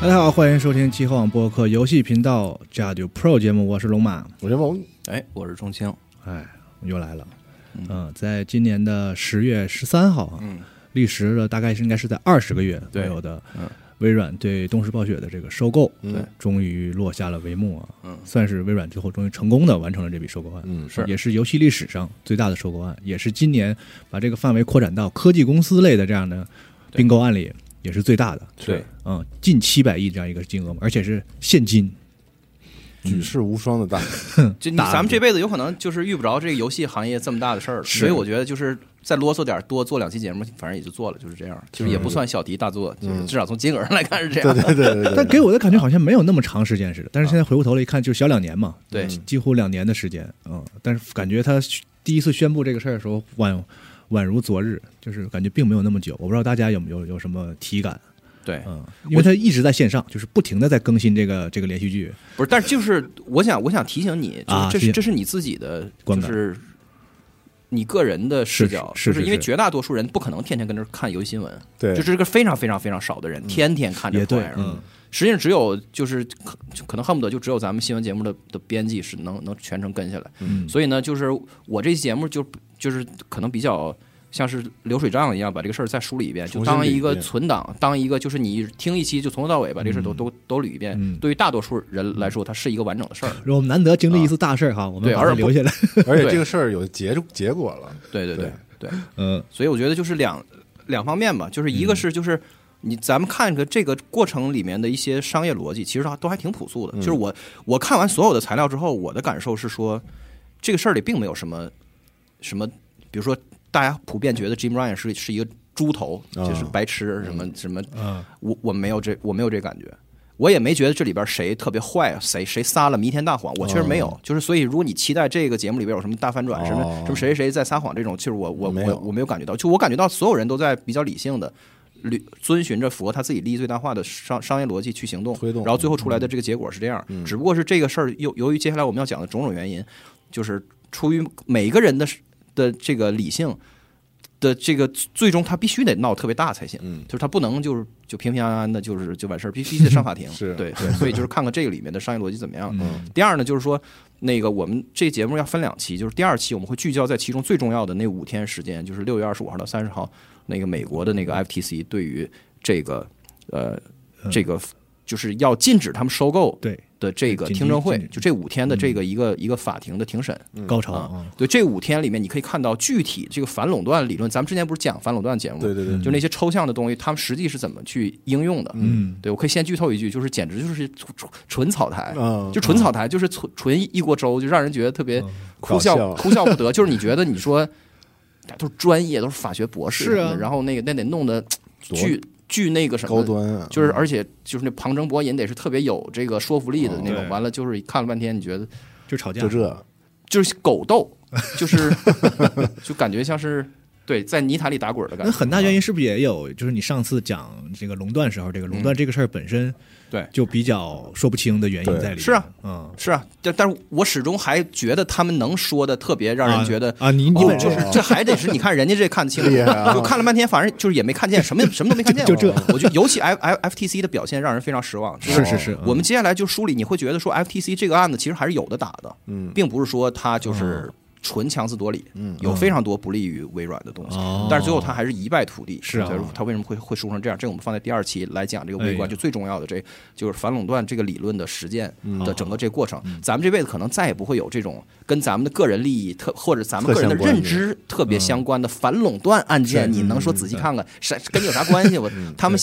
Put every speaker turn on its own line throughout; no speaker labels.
大家好，欢迎收听七号网播客游戏频道 j a d u Pro 节目，我是龙马。
我先问，
哎，我是钟青，
哎，又来了，嗯、在今年的十月十三号啊，
嗯
历时了大概是应该是在二十个月左
对
右的
嗯
微软对动视暴雪的这个收购，
嗯
终于落下了帷幕啊，
嗯
算是微软最后终于成功的完成了这笔收购案，
嗯，
是
也是游戏历史上最大的收购案，也是今年把这个范围扩展到科技公司类的这样的
对
并购案里也是最大的，
对，
嗯，近七百亿这样一个金额嘛，而且是现金。
举世无双 的大，
就你
打
咱们这辈子有可能就是遇不着这个游戏行业这么大的事儿了，
是
所以我觉得就是再啰嗦点儿，多做两期节目，反正也就做了，就是这样，就是也不算小题大做，
嗯
就是至少从金额上来看是这
对对
样。
对对
但
对，
给我的感觉好像没有那么长时间似的。但是现在回过头来一看，就是小两年嘛，
啊对
几几乎两年的时间，嗯。但是感觉他第一次宣布这个事儿的时候，宛宛如昨日，就是感觉并没有那么久。我不知道大家有没有有什么体感，
对，
嗯，因为他一直在线上，就是不停的在更新这个这个连续剧，
不是，但是就是我想，我想提醒你，就
啊
是这
提醒
是这是你自己的，
观
就
感
是你个人的视角，
是是是
就是因为
是
绝大多数人不可能天天跟着看游戏新闻，
对
就是这个非常非常非常少的人天天看
嗯
这
也
个
对
玩意儿，
嗯，
实际上只有就是可就可能恨不得就只有咱们新闻节目的的编辑是能能全程跟下来，
嗯
所以呢，就是我这期节目就就是可能比较像是流水账一样，把这个事儿再梳理一遍，就
重新
当
捋一
一个
遍
存档，当一个就是你听一期就从头到尾把这事儿都、都都捋一遍。
嗯
对于大多数人来说，它是一个完整的 事儿。
然后我们难得经历一次大事儿哈，我们
对
把它
而不
留下 来，
而且这个事儿有结结果了，
对对对对，
嗯
所以我觉得就是两两方面吧，就是一个是就是。你咱们看个这个过程里面的一些商业逻辑，其实都还挺朴素的。就是我我看完所有的材料之后，我的感受是说，这个事儿里并没有什么什么，比如说大家普遍觉得 Jim Ryan 是是一个猪头，
啊
就是白痴什么什么。
啊，
我我没有这我没有这感觉，我也没觉得这里边谁特别坏，谁谁撒了弥天大谎，我确实没有。就是所以，如果你期待这个节目里边有什么大反转，什么
哦
什么谁谁谁在撒谎这种，就是我我
没有
我我没有感觉到，就我感觉到所有人都在比较理性的。捋遵循着符合他自己利益最大化的商商业逻辑去行动，
推动嗯
然后最后出来的这个结果是这样。只不过是这个事儿由由于接下来我们要讲的种种原因，就是出于每个人的的这个理性的这个最终他必须得闹特别大才行，
嗯
就是他不能就是就平平安安的，就是就完事儿，必必 须得上法庭，
是
对对，所以就是看看这个里面的商业逻辑怎么样。
嗯
第二呢，就是说那个我们这节目要分两期，就是第二期我们会聚焦在其中最重要的那五天时间，就是六月二十五号到三十号，那个美国的那个 FTC 对于这个呃
嗯
这个就是要禁止他们收购
对，
的这个
紧急
听证会
禁止，嗯
就这五天的这个一个一个法庭的庭审，
高潮
啊
啊，
对，这五天里面你可以看到具体这个反垄断理论，咱们之前不是讲反垄断节目吗，
对嗯对对
就那些抽象的东西，他们实际是怎么去应用的？
嗯，
对，我可以先剧透一句，就是简直就是纯纯纯草台，
嗯
就纯草台，就是纯纯一锅粥，就让人觉得特别哭笑、
搞笑
哭笑不 得。就是你觉得你说，大家都是专业，都是法学博士
是啊
什么的然后那个那得弄得
多
巨巨那个什么
高，端啊，
就是而且就是那旁征博引得是特别有这个说服力的那
哦对
种。完了就是看了半天，你觉得
就吵架
就，这，
就是狗斗，就是 就感觉像是对在泥潭里打滚的感
那
觉。啊
很大原
因
因是不是也有，就是你上次讲这个垄断时候，这个垄断
嗯
这个事儿本身，
对
就比较说不清的原因在里面。
是啊，
嗯，
是啊，但但是我始终还觉得他们能说的特别让人觉得
啊，你你
哦
本
就
身
是这还得是你看人家这看 得清楚
厉害啊，
就看了半天，反正就是也没看见什么，什么都没看见。
就就
我我觉得尤其 F F F T C 的表现让人非常失望。就是
是是嗯
我们接下来就梳理，你会觉得说 F T C 这个案子其实还是有的打的，
嗯
并不是说它
哦
就是纯强词夺理，
嗯
有非常多不利于微软的东西
哦，
但是最后它还是一败涂地。
是啊
就是它为什么会会输成这样？这个我们放在第二期来讲这个
哎
微
呀
观，就最重要的这就是反垄断这个理论的实践
嗯
的整
哦
个这个过程。咱们这辈子可能再也不会有这种跟咱们的个人利益特或者咱们个人的认知特别相关的反垄断案
嗯
件，你能说仔细看看，是跟你有啥关系？我他们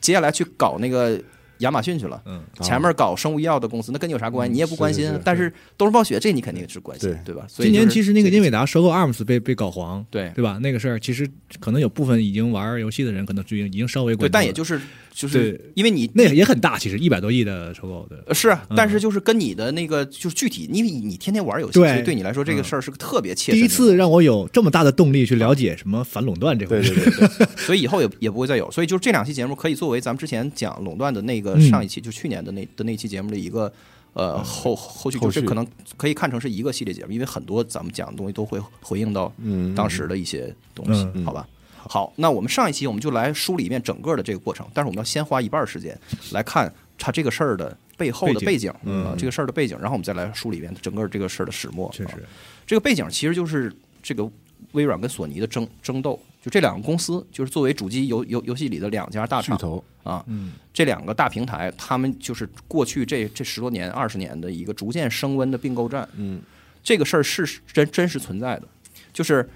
接下来去搞那个亚马逊去了。
嗯，
前面搞生物医药的公司，那跟你有啥关系？
嗯
你也不关心。
是是是
但是都是暴雪，这你肯定是关心，
对
吧？所以
今年
就是
其实那个
这
英伟达收购 ARMS 被被搞黄，
对
对吧？那个事儿其实可能有部分已经玩游戏的人可能就已经稍微关注
对，
了，
但也就是就是
对
因为你
那也很大，其实一百多亿的收购的，
呃是啊
嗯，
但是就是跟你的那个就是具体，因为你天天玩游戏，
对嗯
所以对你来说这个事儿是个特别切身
第
的。
一次让我有这么大的动力去了解什么反垄断这回
对
事。
对对，
所以以后也也不会再有。所以就是这两期节目可以作为咱们之前讲垄断的那个
嗯
上一期，就去年的那的那期节目的一个呃后后续，就
后
是
续
可能可以看成是一个系列节目，因为很多咱们讲的东西都会回应到
嗯，
当时的一些东西，
嗯
嗯
好吧？好，那我们上一期我们就来梳理一遍整个的这个过程，但是我们要先花一半儿时间来看它这个事儿的背后的
背
背景啊、这个事儿的背景，然后我们再来梳理一遍整个这个事儿的始末。
确
啊
实，
这个背景其实就是这个微软跟索尼的争争斗，就这两个公司，就是作为主机游游游戏里的两家大
巨
厂
头，
啊，
嗯
这两个大平台，他们就是过去这这十多年、二十年的一个逐渐升温的并购战，
嗯，
这个事儿是真真实存在的，就是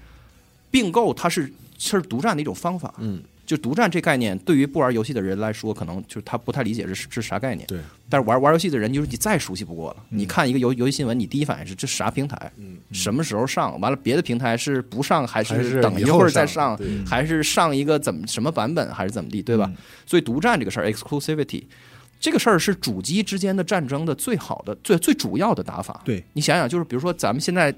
并购它是是独占的一种方法，
嗯，
就独占这概念对于不玩游戏的人来说，可能就是他不太理解是是啥概念，
对，嗯
但是玩玩游戏的人，就是你再熟悉不过了。你看一个游游戏新闻，你第一反应是这啥平台？什么时候上？完了，别的平台是不上还
还是
等一
以后
会儿再
上
上
对？嗯
还是上一个怎么什么版本还是怎么地，对吧？所以独占这个事儿，exclusivity 这个事儿是主机之间的战争的最好的、最最主要的打法。
对
你想想，就是比如说咱们现在。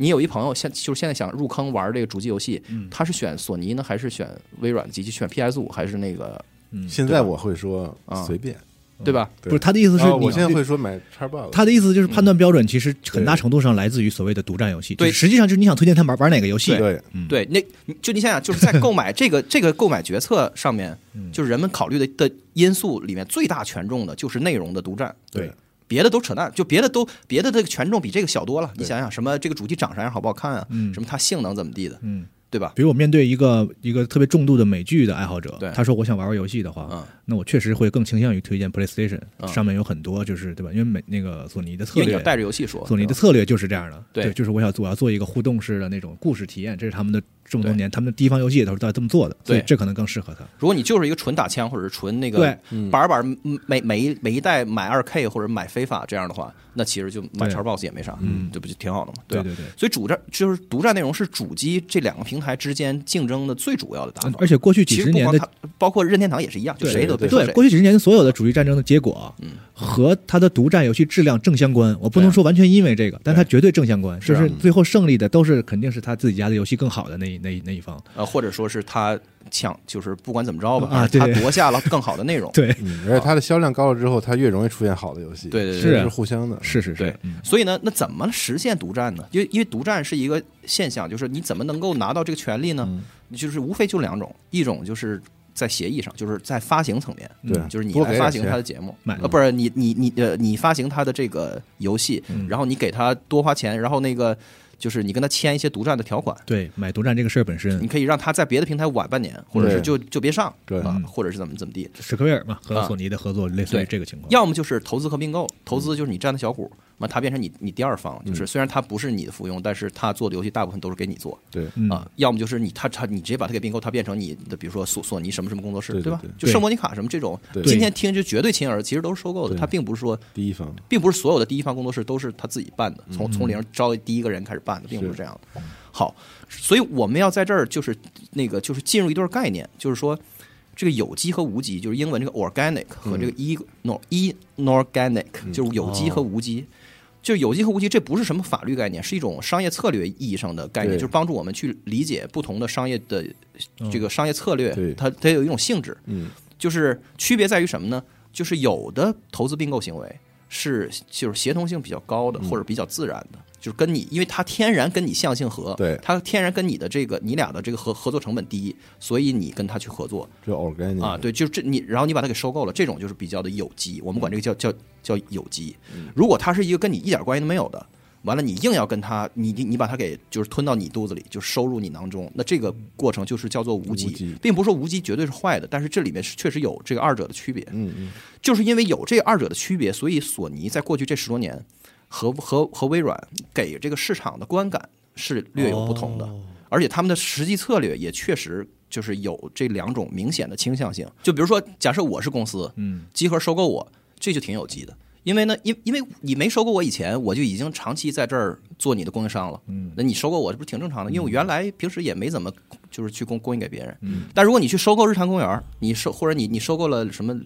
你有一朋友现就是现在想入坑玩这个主机游戏，他是选索尼呢，还是选微软的机器？选 PS 五还是那个，
现在我会说
嗯啊嗯
随便，
对哦吧？
不
对
是他的意思是
啊
你
我现在会说买叉 box，
他的意思就是判断标准其实很大程度上来自于所谓的独占游戏，
对
就是实际上就是你想推荐他玩玩哪个游戏，
对，
对，那你就你想想，就是在购买 这个这个购买决策上面，
嗯
就是人们考虑的的因素里面最大权重的就是内容的独占，
对，
别的都扯淡，就别的都别的这个权重比这个小多了。你
对
想想，什么这个主机长啥样好不好看啊，
嗯
什么它性能怎么地的，
嗯，
对吧？
比如我面对一个一个特别重度的美剧的爱好者
对，
他说我想玩玩游戏的话，
嗯
那我确实会更倾向于推荐 PlayStation，、
嗯
上面有很多就是对吧？因为美那个索尼的策
因为你要
略，
带着游戏说，
索尼的
对吧
策略就是这样的，
对
就是我想做我要做一个互动式的那种故事体验，这是他们的这么多年他们的第一方游戏也都是在这么做的，所以
对
这可能更适合他。
如果你就是一个纯打枪或者是纯那个
对
板板每每一每一代买二 K 或者买非法这样的话，那其实就买
对嗯
Xbox 也没啥，这不就挺好的吗？吧
对对对
所以主战就是独占内容是主机这两个平台之间竞争的最主要的打法
嗯。而且过去
啊其
几
实
十
不
年
光
的
它，包括任天堂也是一样，就
对
谁
对
都别
对
说谁。
过去几十年所有的主义战争的结果，
嗯
和它的独占游戏质量正相关。我不能
对啊
说完全因为这个，但它
对
绝对正相关，就
是啊
是最后胜利的都是肯定是他自己家的游戏更好的那一那一那一方。
呃，或者说是他抢，就是不管怎么着吧，
啊
他
对
夺下了更好的内容。
对，
嗯而且它的销量高了之后，它越容易出现好的游戏，
啊对对对
这
是啊
是互相的，
是是是
对，所以呢，那怎么实现独占呢？因为因为独占是一个现象，就是你怎么能够拿到这个权利
嗯
呢？就是无非就两种，一种就是在协议上，就是在发行层面，
对，
嗯就是你
多
来
给
发
点
行
钱嗯
他的节目，
买
呃，不是你你你呃，你发行他的这个游戏，
嗯
然后你给他多花钱，然后那个就是你跟他签一些独占的条款，
对，买独占这个事儿本身
你，可以让他在别的平台晚半年，或者是
嗯对
就就别上，
对
啊
嗯，
或者是怎么怎么地，
史克威尔嘛和
啊
索尼的合作类似于
对
这个情况。
要么就是投资和并购，投
嗯
资就是你占的小股，那它变成你你第二方，就是虽然它不是你的服用，但是它做的游戏大部分都是给你做
对，
嗯
啊。要么就是你它它你直接把它给并购，它变成你的比如说索索尼什么什么工作室，
对对
吧
对？
就圣莫妮卡什么这种，
对
今天听就绝对亲儿，其实都是收购的，
对
它并不是说
第一方，
并不是所有的第一方工作室都是他自己办的，
嗯
从从零招第一个人开始办的，并不是这样的。好，所以我们要在这儿就是那个就是进入一段概念，就是说这个有机和无机，就是英文这个 organic 和
嗯
这个 e no e inorganic，就是有机
哦
和无机。就是有机和无机，这不是什么法律概念，是一种商业策略意义上的概念，
对嗯
就是帮助我们去理解不同的商业的这个商业策略，
对
它它有一种性质。
嗯，
就是区别在于什么呢？就是有的投资并购行为是就是协同性比较高的，或者比较自然的，就是跟你，因为它天然跟你相性合，
对
它天然跟你的这个你俩的这个合合作成本低，所以你跟他去合作
这 organic
啊，，对，就是这你，然后你把它给收购了，这种就是比较的有机，我们管这个叫叫叫有机。如果它是一个跟你一点关系都没有的。完了，你硬要跟他，你你你把他给就是吞到你肚子里，就收入你囊中，那这个过程就是叫做无
无
机
机，
并不是说无机绝对是坏的，但是这里面是确实有这个二者的区别。
嗯嗯，
就是因为有这二者的区别，所以索尼在过去这十多年和和和微软哦给这个市场的观感是略有不同的，而且他们的实际策略也确实就是有这两种明显的倾向性。就比如说，假设我是公司，
嗯，
集合收购我，这就挺有机的。因为呢，因因为你没收购我以前，我就已经长期在这儿做你的供应商了。
嗯，
那你收购我，这不是挺正常的？
嗯
因为我原来平时也没怎么就是去供供应给别人。嗯，但如果你去收购日坛公园，你收或者你你收购了什么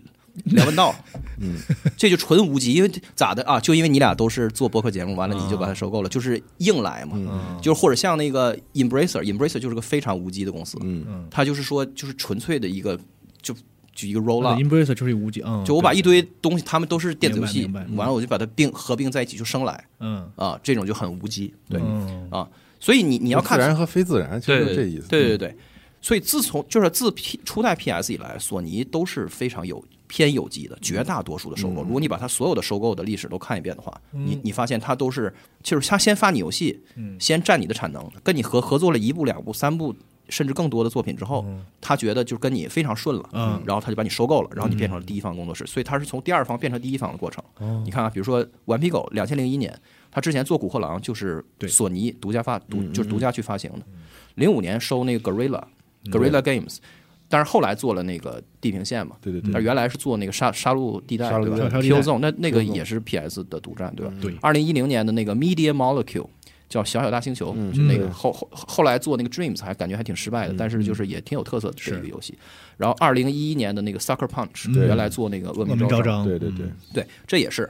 梁文道，
嗯，
这就纯无稽。因为咋的啊？就因为你俩都是做播客节目，完了你就把它收购了，就是硬来嘛。
嗯
就是或者像那个 Embracer，Embracer 就是个非常无稽的公司，
嗯
它就是说就是纯粹的一个就就一个
我
roll
的
up。
Embracer 就是无极，嗯，
就我把
对
一堆东西，他们都是电子游戏
明白明白，嗯
完了我就把它并合并在一起就生来
嗯，
啊，这种就很无稽，对
嗯
啊，所以你你
你
要看
自然和非自然，其实
对
就这意思。嗯
对对对，所以自从就是自 P 初代 PS 以来，索尼都是非常有偏有机的，
嗯
绝大多数的收购，如果你把它所有的收购的历史都看一遍的话，你
嗯
你发现它都是就是它先发你游戏，先占你的产能，跟你合合作了一部、两部、三部。甚至更多的作品之后，
嗯
他觉得就跟你非常顺了，
嗯
然后他就把你收购了，然后你变成
嗯
了第一方工作室，所以他是从第二方变成第一方的过程。
哦
你看啊，比如说《顽皮狗》，两千零一年，他之前做《古惑狼》就是
对
索尼独家发独
嗯
就是独家去发行的，零五年收那个 Gorilla Gorilla Games，但是后来做了那个地平线嘛，
对对对
但是原来是做那个杀杀戮地带
嗯杀戮
对吧
地带
？Kill Zone 那那个
Killzone
也是 PS 的独占对吧？
对，
二零一零年的那个 Media Molecule 叫小小大星球，就那个后后后来做那个 Dreams 还感觉还挺失败的，但是就是也挺有特色的这一个游戏。然后二零一一年的那个 Sucker Punch
对
原来做那个恶
恶
名
名
昭
昭，彰，
对对对
嗯
对，这也是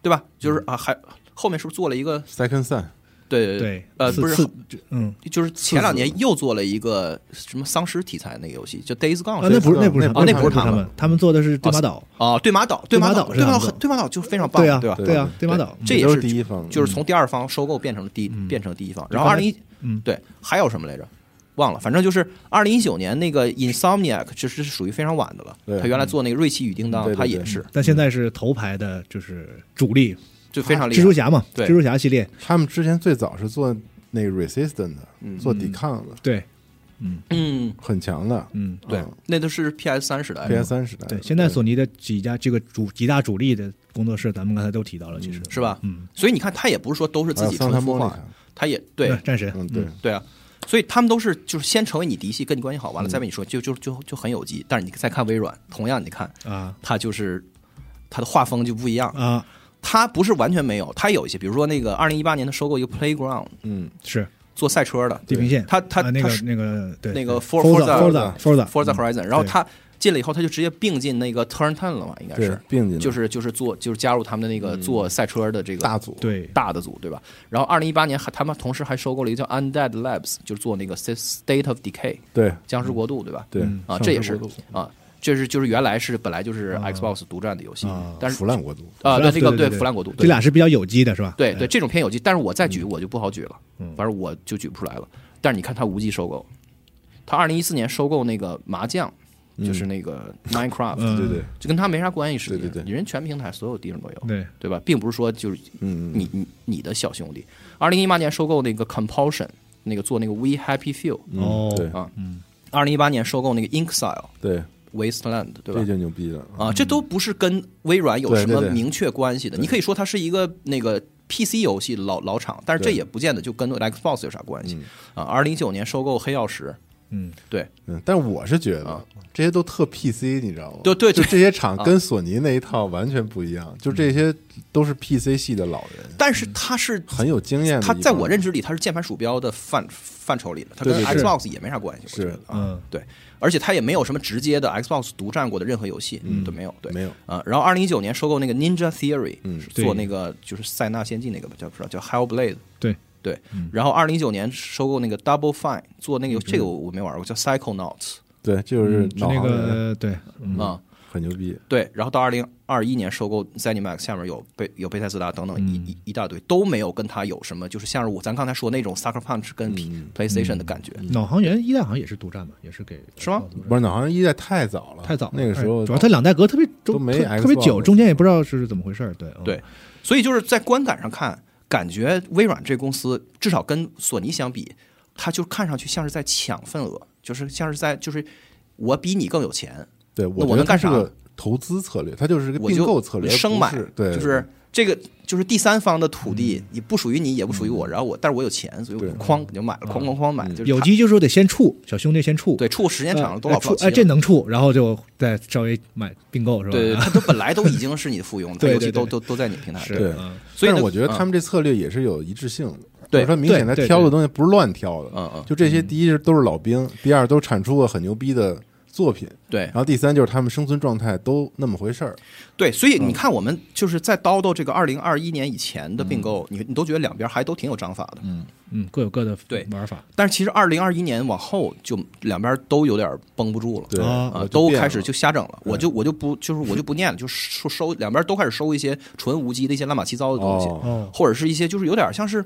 对吧？就是啊，还后面是不是做了一个
，Second Sun，
对对
对，
呃
刺
不是
刺嗯，
就是前两年又做了一个什么丧尸题材那个游戏，叫 Days
啊，
Gone
那
是吧。
不是那不是他们
那
哦那不是
他
他们
们，他们做的是对马岛，
哦，对马岛，
对马
马
岛
岛，
是
对马
他们
岛，
做
对马岛就非常棒，
啊
吧？
对啊，对马岛，
这也
都
是
是第一方，
就是从第二方收购变成了第
嗯
变成了第一方，然后
刚
二
才
零一
嗯
对还有什么来着？忘了，反正就是二零一九年那个 Insomniac，其实是属于非常晚的了
对。
他原来做那个《瑞奇与叮当
对》，对嗯
他也
对
是
但现在是头牌的，就是主力
就非常厉
蜘蛛
害。
侠嘛，
啊对
蜘蛛侠系列，
他们之前最早是做那个 Resistant 的，做抵抗的，
对
嗯，
很强的。
嗯，
对
嗯，
那都是 PS 三时代。
PS 三时代，
对，现在索尼的几家这个主几大主力的工作室，咱们刚才都提到了，其实
是吧？
嗯，
所以你看，他也不是说都是
还
自
有
己
Santa
纯孵
Monica
化，他也对
那战神，
嗯，对，
对啊，所以他们都是就是先成为你嫡系，跟你关系好，完了再被你说，就就就就很有机。但是你再看微软，同样你看
啊
它就是它的画风就不一样，
啊
它不是完全没有，它有一些，比如说那个二零一八年的收购一个 Playground
嗯，
是
做赛车的，
地平线，
它它
啊那
它
个
是
那个对
那个 For-
Forza Forza Forza 嗯
Forza Horizon，然后
对
它进了以后，它就直接并进那个 Turn Ten 了嘛，应该
对
是，，
并进
就是就是做就是加入他们的那个做赛车的这个
大组，
对
大的组，对吧？然后二零一八年还他们同时还收购了一个叫 Undead Labs，就是做那个 State of Decay
对
僵尸国度，对吧？
对
啊，
上
这也
市
是
国度
啊，这是就是原来是本来就是
啊
Xbox 独占的游戏，但是
腐烂国度，
啊，对那个
对
腐烂国度，
这
对
俩是比较有机的是吧？
哎
对对，这种偏有机，但是我再举
嗯
我就不好举了，反正我就举不出来了。但是你看它无机收购，它二零一四年收购那个麻将，就是那个 Minecraft，
嗯
对对，
就跟它没啥关系，实际
嗯对对
上
对
人全平台所有地方都有，
对
对吧？并不是说就是
嗯嗯
你你你的小兄弟。二零一八年收购那个 Compulsion，那个做那个 We Happy Few，
嗯
哦
对
啊二零一八年收购那个 Inxile
对，
Wasteland，对吧
这？就牛逼了，
啊，这都不是跟微软有
对
什么
对对
明确关系的。你可以说它是一个那个 PC 游戏老老厂，但是这
对
也不见得就跟 Xbox 有啥关系啊。二零一九年收购黑曜石，
嗯，
对
嗯，但我是觉得这些都特 PC，你知道吗？
啊对对
就
对啊嗯
这些厂跟索尼那一套完全不一样，就这些都是 PC 系的老人，
但是它是
很有经嗯验的一
它
帮。
在我认知里，它是键盘鼠标的范范畴里的，它跟
对对
是
Xbox 也没啥关系，我觉
是
得啊，
嗯
对，而且它也没有什么直接的 Xbox 独占过的任何游戏，都没有，对，
嗯没有嗯
啊。然后二零一九年收购那个 Ninja Theory，是
对
做那个就是塞纳仙境那个吧，叫不知道叫 Hellblade，
对，
对，
嗯
然后二零一九年收购那个 Double Fine，做那个这个我没玩过，叫 Psychonauts
对，
嗯
就是
是嗯那
脑行人
个对，嗯
啊，
很牛逼，
对，然后到二零二一年收购 ZeniMax，下面有贝有贝塞斯达等等
嗯
一一一大堆，都没有跟他有什么，就是像是我咱刚才说那种 Sucker Punch
嗯
跟 P- PlayStation 的感觉，
脑航员一代好像也是独占吧，也是给
嗯是吗
Xbox 独占
不是脑行人一代太早了，
太早了
那个时候
哎主要它两代隔特别
都没
特特别
Xbox
久，中间也不知道是怎么回事儿，对嗯
对，所以就是在观感上看，感觉微软这公司至少跟索尼相比，它就看上去像是在抢份额，就是像是在就是我比你更有钱，
对，
我
觉得
能
它
干
是
啥
个投资策略，它就是个
我
并
就
购策略，而
生
不
买
是，对，嗯
就是这个就是第三方的土地，也不属于你，也不属于我。然后我，但是我有钱，所以
对嗯啊
我哐就买了，哐哐哐买。就是
有
他
机就说得先处，小兄弟先处，
对，处时间
呃
长了多
哎
老夫
处
老
哎
妻
这
了。
能处，然后就再稍微买并购是吧？
对，他都本来都已经是你的附庸，他
对
游戏
对
都
对
都都在你平台。
是
对
嗯
所
但
以呢
是我觉得他
嗯
们这策略也是有一致性的。
对
我说明显他
对对
挑的东西不是乱挑的，
嗯嗯
就这些，第一是都是老兵，第二都产出过很牛逼的作品，
对
然后第三就是他们生存状态都那么回事儿。
对，所
嗯
以你看，我们就是在叨叨这个二零二一年以前的
嗯
并购，你你都觉得两边还都挺有章法的，
嗯，各有各的
对
玩法，
但是其实二零二一年往后，就两边都有点绷不住了。
对，
啊
啊
我，
都
变
开
了
始就瞎整了，我就我就不就是我就不念了，就收收两边都开始收一些纯无机的一些乱七八糟的东西，
哦，
哦，
或者是一些就是有点像是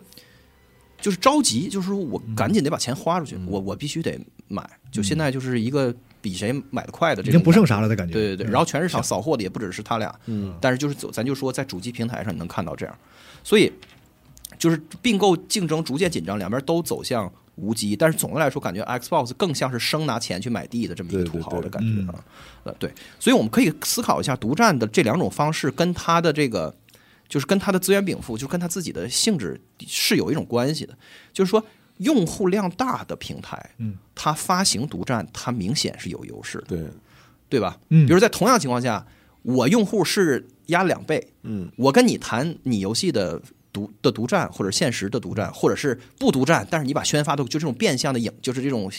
就是着急，就是说我赶紧得把钱花出去，
嗯
我我必须得买，就现在就是一个比谁买的快的
已
这
经
种
不
感
剩
觉，
啥了的感觉。嗯
对对对，然后全市场扫货的也不只是他俩，
嗯，
但是就是走咱就说在主机平台上你能看到这样，所以就是并购竞争逐渐紧张，两边都走向无机，但是总的来说，感觉 Xbox 更像是生拿钱去买地的这么一个
对对
土豪的
对
感觉
嗯
啊，呃对，所以我们可以思考一下独占的这两种方式跟它的这个。就是跟它的资源禀赋，就是跟它自己的性质是有一种关系的。就是说，用户量大的平台，
嗯，
它发行独占，它明显是有优势的。
对，
对吧？
嗯
比如在同样情况下，我用户是压两倍，
嗯，
我跟你谈你游戏的独的独占，或者现实的独占，或者是不独占，但是你把宣发都就这种变相的影，就是这种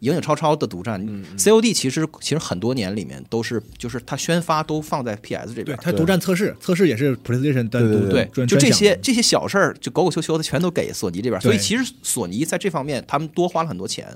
影影超超的独占。COD
嗯
其实其实很多年里面都是，就是它宣发都放在 PS
对
这边。
它独占测试，测试也是 PlayStation 单独
对
对，
专
就这些
专
这些小事儿，就狗狗羞羞的全都给索尼这边，
对
所以其实索尼在这方面他们多花了很多钱，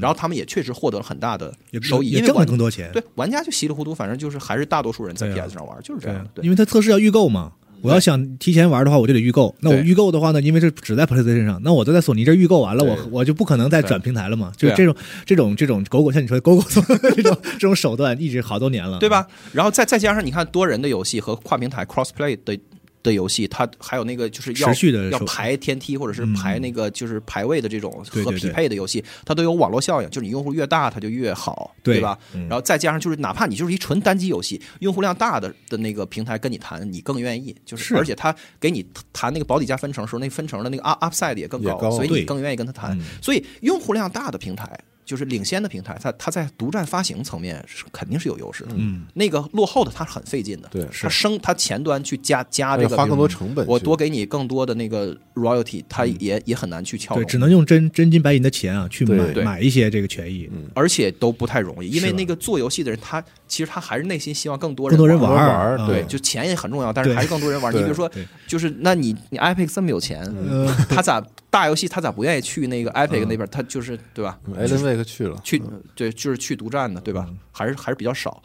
然后他们也确实获得了很大的
嗯也
收益，
也
因为
挣了
玩
更多钱。
对，玩家就稀里糊涂，反正就是还是大多数人在
对啊
PS 上玩，就是这
对
样。对
因为它测试要预购嘛。我要想提前玩的话，我就得预购。那我
对
预购的话呢，因为这只在 PlayStation 上，那我都在索尼这儿预购完了，
对
我我就不可能再
对
转平台了嘛。就是
对
这种这种这种狗狗，像你说的狗狗 这种这种手段，一直好多年了，
对？吧？然后再再加上你看多人的游戏和跨平台 crossplay 的的游戏，它还有那个就是要
持续地
要
收嗯
排天梯或者是排那个就是排位的这种
对
和
对
匹
对
配的游戏，它都有网络效应，就是你用户越大，它就越好，
对嗯
吧？然后再加上就是哪怕你就是一纯单机游戏，用户量大的的那个平台跟你谈，你更愿意，就是
是
而且它给你谈那个保底价分成的时候，那分成的那个 up upside 也更
也高
所以你
对
更愿意跟他谈
嗯。
所以用户量大的平台。就是领先的平台，它它在独占发行层面是肯定是有优势的。
嗯，
那个落后的他很费劲的，
对
他升他前端去加加
而
这
且
个，
花更多
比
成本
如
去，
我多给你更多的那个 royalty，他也、也很难去撬
对，
动，
只能用真真金白银的钱啊去买
对
买一些这个权益，
而且都不太容易，因为
是吧
那个做游戏的人，他其实他还是内心希望更多
更多人
玩。
玩
儿，
玩
啊
对，
对
就钱也很重要，但是
对
还是更多人玩。你
对
比如说
对，
就是那你你 Epic 这么有钱，
呃
他咋大游戏他咋不愿意去那个 Epic 那边？他就是对吧？
艾伦威克嗯去了，
去对，就是去独占的，对吧？还是还是比较少。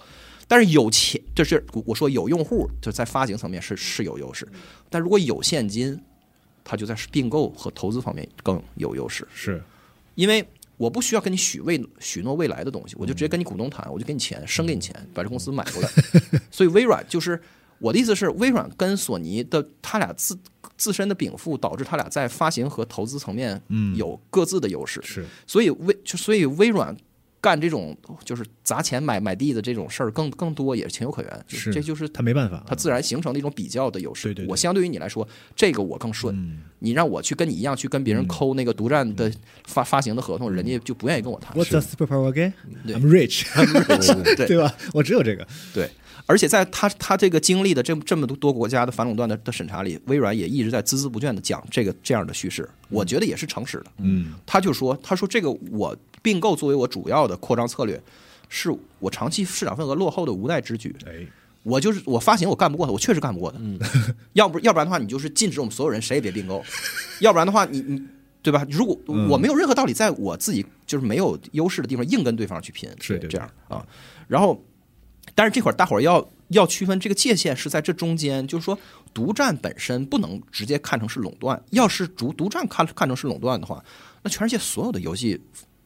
但是有钱，就是我我说有用户，就在发行层面是是有优势，但如果有现金，它就在并购和投资方面更有优势，
是
因为我不需要跟你许未许诺未来的东西，我就直接
嗯
跟你股东谈，我就给你钱，生给你钱，把这公司买过来。 所以微软就是我的意思是，微软跟索尼的他俩自自身的禀赋，导致他俩在发行和投资层面
嗯
有各自的优势。
是，
所以微就所以微软干这种就是砸钱买买地的这种事儿更更多也是情有可原，就是这就是
他没办法，
它自然形成的一种比较的优
嗯
势。
对对对嗯
我相对于你来说，这个我更顺，你让我去跟你一样去跟别人抠那个独占的发、发行的合
嗯
同，人家就不愿意跟我谈。
What's a superpower again?
对
I'm rich，
对
对吧？我只有这个，
对，而且在他他这个经历的这么这么多多国家的反垄断的的审查里，微软也一直在孜孜不倦的讲这个这样的叙事，我觉得也是诚实的。
嗯，
他就说，他说这个我并购作为我主要的扩张策略，是我长期市场份额落后的无奈之举。
哎，
我就是我发行我干不过他，我确实干不过他。
嗯
要不要不然的话，你就是禁止我们所有人谁也别 并购，要不然的话你你。对吧？如果
嗯
我没有任何道理，在我自己就是没有优势的地方硬跟对方去拼，
是对
这样啊。然后，但是这块儿大伙儿要要区分这个界限是在这中间，就是说独占本身不能直接看成是垄断。要是独独占看看成是垄断的话，那全世界所有的游戏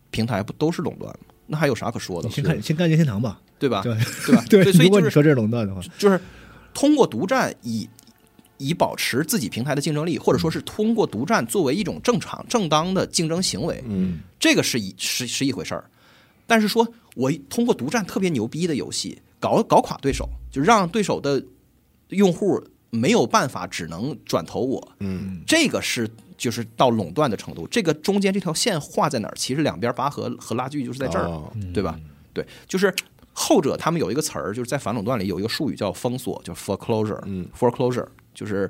平台不都是垄断吗？那还有啥可说的
你？先看先干任天堂吧，
对吧？
对
吧？
对，
所以
如果
就
你
是
说这是垄断的话，
就是通过独占以以保持自己平台的竞争力，或
嗯
者说是通过独占作为一种正常正当的竞争行为，
嗯，
这个是一是是一回事儿。但是说我通过独占特别牛逼的游戏搞搞垮对手，就让对手的用户没有办法，只能转投我。
嗯
这个是就是到垄断的程度。这个中间这条线画在哪儿？其实两边拔河和拉锯就是在这儿，
哦
对吧？对，就是后者他们有一个词儿，就是在反垄断里有一个术语叫封锁，就是 foreclosure，
嗯
，foreclosure 就是。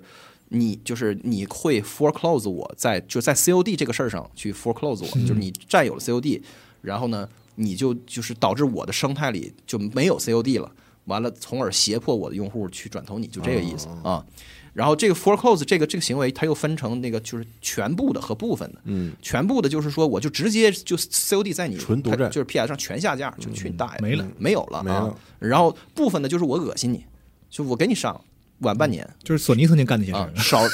你就是你会 foreclose 我在就在 COD 这个事儿上去 foreclose 我，
嗯
就是你占有了 COD，然后呢，你就就是导致我的生态里就没有 COD 了，完了，从而胁迫我的用户去转投你，就这个意思、
哦
啊。然后这个 foreclose 这个这个行为，它又分成那个就是全部的和部分的，
嗯，
全部的就是说，我就直接就 COD 在你
纯独占
它就是 PS 上全下架，就去你大爷
嗯
的，
没了
没有了
没
啊
了！
然后部分的就是我恶心你，就我给你上晚半年
就是索尼曾经干那些事
啊
儿，
少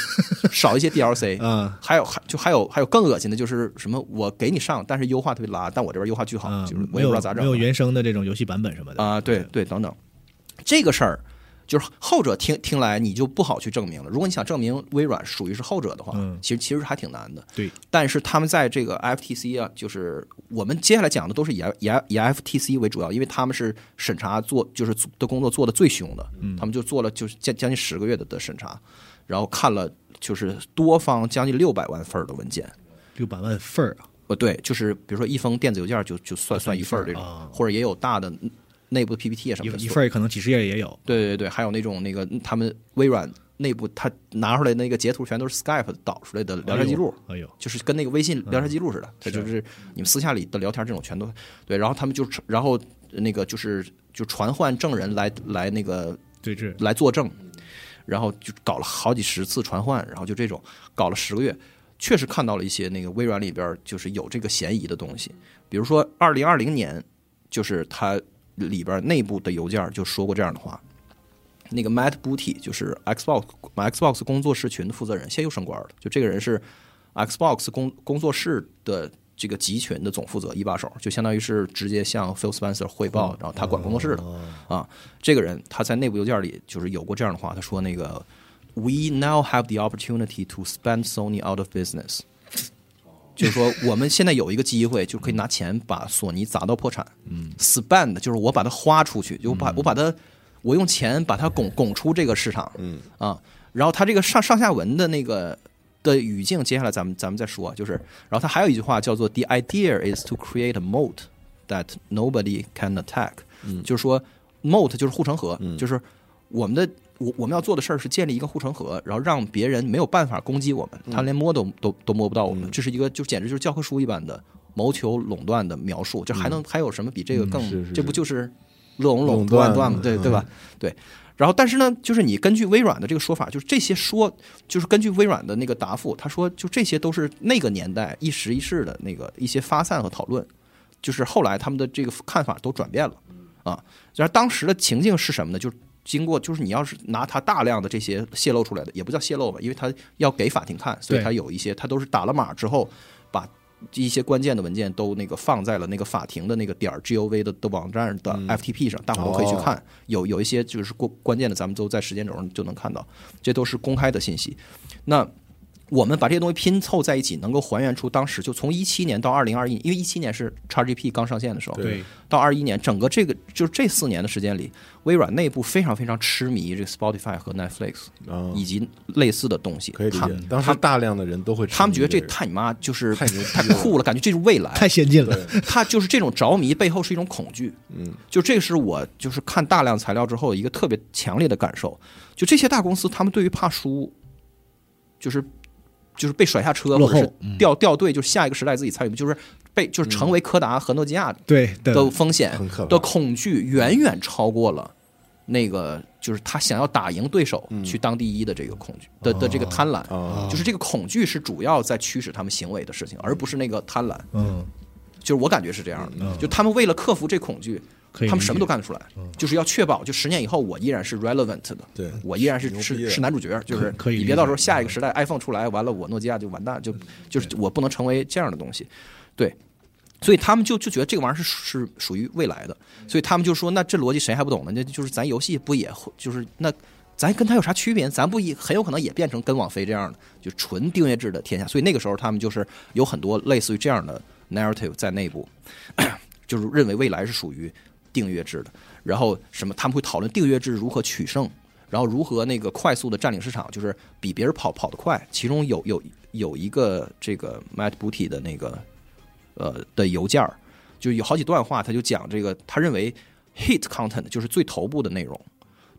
少一些 DLC
啊，
还有还就还有还有更恶心的就是什么，我给你上，但是优化特别拉，但我这边优化巨好，
啊
就是
没
我也
有
不知道咋整
没有原生的这种游戏版本什么的
啊，对对，等等，这个事儿就是后者听听来你就不好去证明了。如果你想证明微软属于是后者的话，
嗯
其实其实还挺难的。
对，
但是他们在这个 FTC 啊，就是我们接下来讲的都是以 F- 以 F- 以 FTC 为主要，因为他们是审查做就是做的工作做的最凶的，
嗯
他们就做了就是将将近十个月的的审查，然后看了就是多方将近六百万份儿的文件，
六百万份儿啊，
呃，对，就是比如说一封电子邮件就就算算一份儿这种，
啊
或者也有大的内部的 PPT 啊什
一
么的，
一份儿可能几十页也有，
对对对，还有那种那个他们微软内部他拿出来那个截图全都是 Skype 导出来的聊天记录，
哎呦，
就是跟那个微信聊天记录似的，它就是你们私下里的聊天这种全都对，然后他们就然后那个就是就传唤证人来来那个
对峙，
来作证，然后就搞了好几十次传唤，然后就这种搞了十个月，确实看到了一些那个微软里边就是有这个嫌疑的东西，比如说二零二零年，就是它里边内部的邮件就说过这样的话。那个 Matt Booty 就是 Xbox Xbox 工作室群的负责人，现在又升官了。就这个人是 Xbox 工工作室的这个集群的总负责一把手，就相当于是直接向 Phil Spencer 汇报，然后他管工作室的。啊，这个人他在内部邮件里就是有过这样的话，他说那个 We now have the opportunity to spend Sony out of business，就是说我们现在有一个机会，就可以拿钱把索尼砸到破产。嗯，spend 嗯就是我把它花出去，就我把我把它我用钱把它拱拱出这个市场。嗯啊，然后他这个上上下文的那个。的语境，接下来咱们咱们再说，啊就是，然后他还有一句话叫做 “The idea is to create a moat that nobody can attack”，、就是
嗯
说 moat 就是护城河，就是我们的我我们要做的事儿是建立一个护城河，然后让别人没有办法攻击我们，
嗯
他连摸都都都摸不到我们。这是一个就简直就是教科书一般的谋求垄断的描述，这还能还有什么比这个更？
嗯是是
这不就是垄垄
垄断嗯
断断吗？对对吧？对。然后，但是呢，就是你根据微软的这个说法，就是这些说，就是根据微软的那个答复，他说，就这些都是那个年代一时一世的那个一些发散和讨论，就是后来他们的这个看法都转变了啊。然后当时的情境是什么呢？就是经过，就是你要是拿它大量的这些泄露出来的，也不叫泄露吧，因为它要给法庭看，所以
对
它有一些，它都是打了码之后，把一些关键的文件都那个放在了那个法庭的那个点儿 gov 的的网站的 FTP 上，大伙儿都可以去看。有有一些就是关关键的，咱们都在时间轴上就能看到，这都是公开的信息。那我们把这些东西拼凑在一起，能够还原出当时就从一七年到二零二一，因为一七年是 XGP 刚上线的时候，
对，
到二一年，整个这个就是这四年的时间里，微软内部非常非常痴迷这个 Spotify 和 Netflix
嗯
啊，
以及类似的东西，
可以理
他
解。当时大量的人都会痴迷个，
他们觉得这太你妈就是
太牛逼
太酷了，感觉这是未来，
太先进了，
他就是这种着迷背后是一种恐惧，嗯，就这是我就是看大量材料之后一个特别强烈的感受，就这些大公司他们对于怕输，就是就是被甩下车
落
或
后嗯
者是掉掉队，就是下一个时代自己参与，就是被就是成为柯达和诺基亚
对嗯对，
的风险
很可怕
的恐惧远远超过了那个就是他想要打赢对手
嗯
去当第一的这个恐惧
哦
的的这个贪婪，
啊，
就是这个恐惧是主要在驱使他们行为的事情，而不是那个贪婪。
嗯，
就是我感觉是这样的，就他们为了克服这恐惧，
可以理解嗯
他们什么都干得出来，就是要确保就十年以后我依然是 relevant 的，
对
我依然是
牛逼
是
啊
是男主角，就是
可以
你
理解
别
嗯
到时候下一个时代 iPhone 出来完了，我诺基亚就完蛋，就就是我不能成为这样的东西，对。所以他们就就觉得这个玩意儿是是属于未来的，
嗯
所以他们就说，那这逻辑谁还不懂呢？那就是咱游戏不也会就是那咱跟他有啥区别？咱不也很有可能也变成跟网飞这样的，就纯订阅制的天下。所以那个时候他们就是有很多类似于这样的 narrative 在内部，就是认为未来是属于订阅制的。然后什么他们会讨论订阅制如何取胜，然后如何那个快速的占领市场，就是比别人跑跑得快。其中有有有一个这个 Matt Booty 的那个呃的邮件儿，就有好几段话，他就讲这个，他认为 hit content 就是最头部的内容，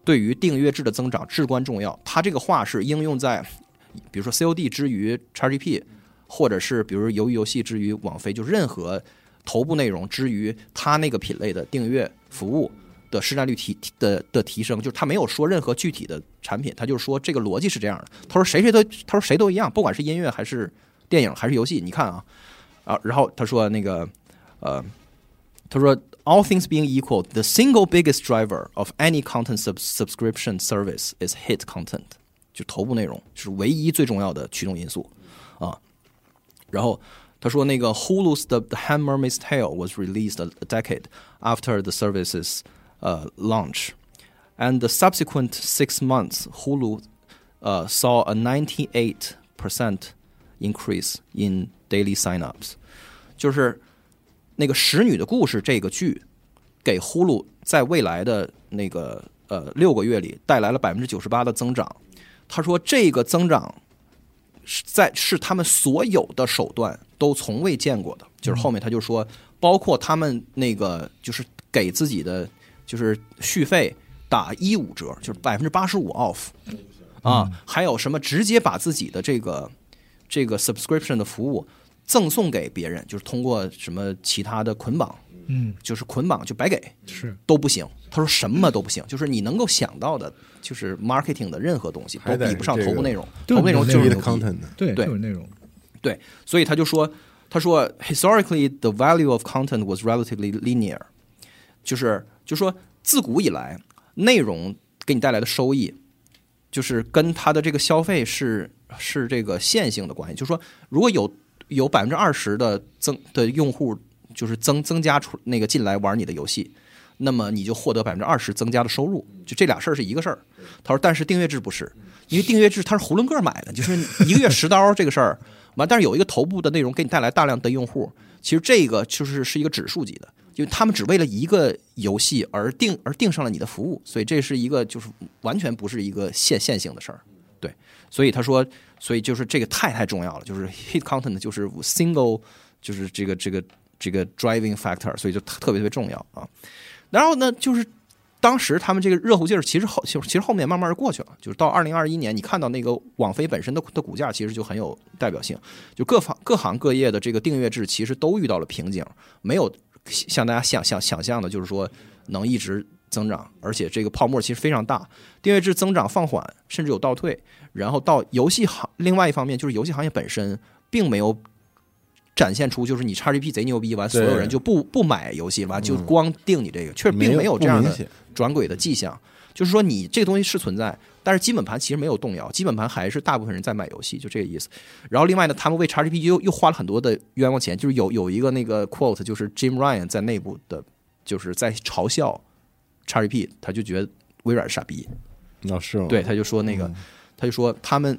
对于订阅制的增长至关重要。他这个话是应用在比如说 COD 之于 XGP，或者是比如鱿鱼游戏之于网飞，就任何头部内容之于它那个品类的订阅服务的市占率提提的的提升，就是他没有说任何具体的产品，他就说这个逻辑是这样的。他说谁谁都，他说谁都一样，不管是音乐还是电影还是游戏，你看啊啊，然后他说那个呃，他说 All things being equal, the single biggest driver of any content sub subscription service is hit content，就头部内容是唯一最重要的驱动因素啊。然后他说那个 Hulu's The, The Handmaid's Tale was released a a decade after the service's uh, launch, and the subsequent six months Hulu uh, saw a 98 percent increase in daily signups，就是那个《使女的故事》这个剧给 Hulu 在未来的那个呃六个月里带来了百分之九十八的增长。他说这个增长是在是他们所有的手段都从未见过的，就是后面他就说，包括他们那个就是给自己的就是续费打一五折，就是百分之八十五 off 啊，
嗯
还有什么直接把自己的这个这个 subscription 的服务赠送给别人，就是通过什么其他的捆绑，
嗯，
就是捆绑就白给，
是
都不行。他说什么都不行，就是你能够想到的，就是 marketing 的任何东西都
还得
比不上
这个
头部内容，
对
头部内容
你
就是
Read
牛逼。
content
对，
对
这种内容，
对，所以他就说，他说 historically the value of content was relatively linear，就是就说自古以来内容给你带来的收益，就是跟它的这个消费是是这个线性的关系。就说如果有有百分之二十的增的用户就是增增加出那个进来玩你的游戏。那么你就获得百分之二十增加的收入，就这俩事儿是一个事儿。他说，但是订阅制不是，因为订阅制它是囫囵个儿买的，就是一个月十刀这个事儿。完，但是有一个头部的内容给你带来大量的用户，其实这个就是是一个指数级的，因为他们只为了一个游戏而定而定上了你的服务，所以这是一个就是完全不是一个线线性的事儿。对，所以他说，所以就是这个太太重要了，就是 hit content 就是 single 就是这个这个这个 driving factor，所以就特特别特别重要啊。然后呢，就是当时他们这个热乎劲儿，其实后其实其实后面慢慢就过去了，就是到二零二一年，你看到那个网飞本身的的股价其实就很有代表性，就各方各行各业的这个订阅制其实都遇到了瓶颈，没有像大家想想想象的，就是说能一直增长，而且这个泡沫其实非常大，订阅制增长放缓，甚至有倒退。然后到游戏行，另外一方面就是游戏行业本身并没有展现出就是你 XGP 贼牛逼，完所有人就不不买游戏，完就光定你这个，确实并没有这样
不
的
明显
转轨的迹象。就是说，你这个东西是存在，但是基本盘其实没有动摇，基本盘还是大部分人在买游戏，就这个意思。然后另外呢，他们为 XGP 又又花了很多的冤枉钱，就是有有一个那个 quote，就是 Jim Ryan 在内部的，就是在嘲笑 XGP，他就觉得微软是傻逼，
哦是吗？
对，他就说那个，他就说他们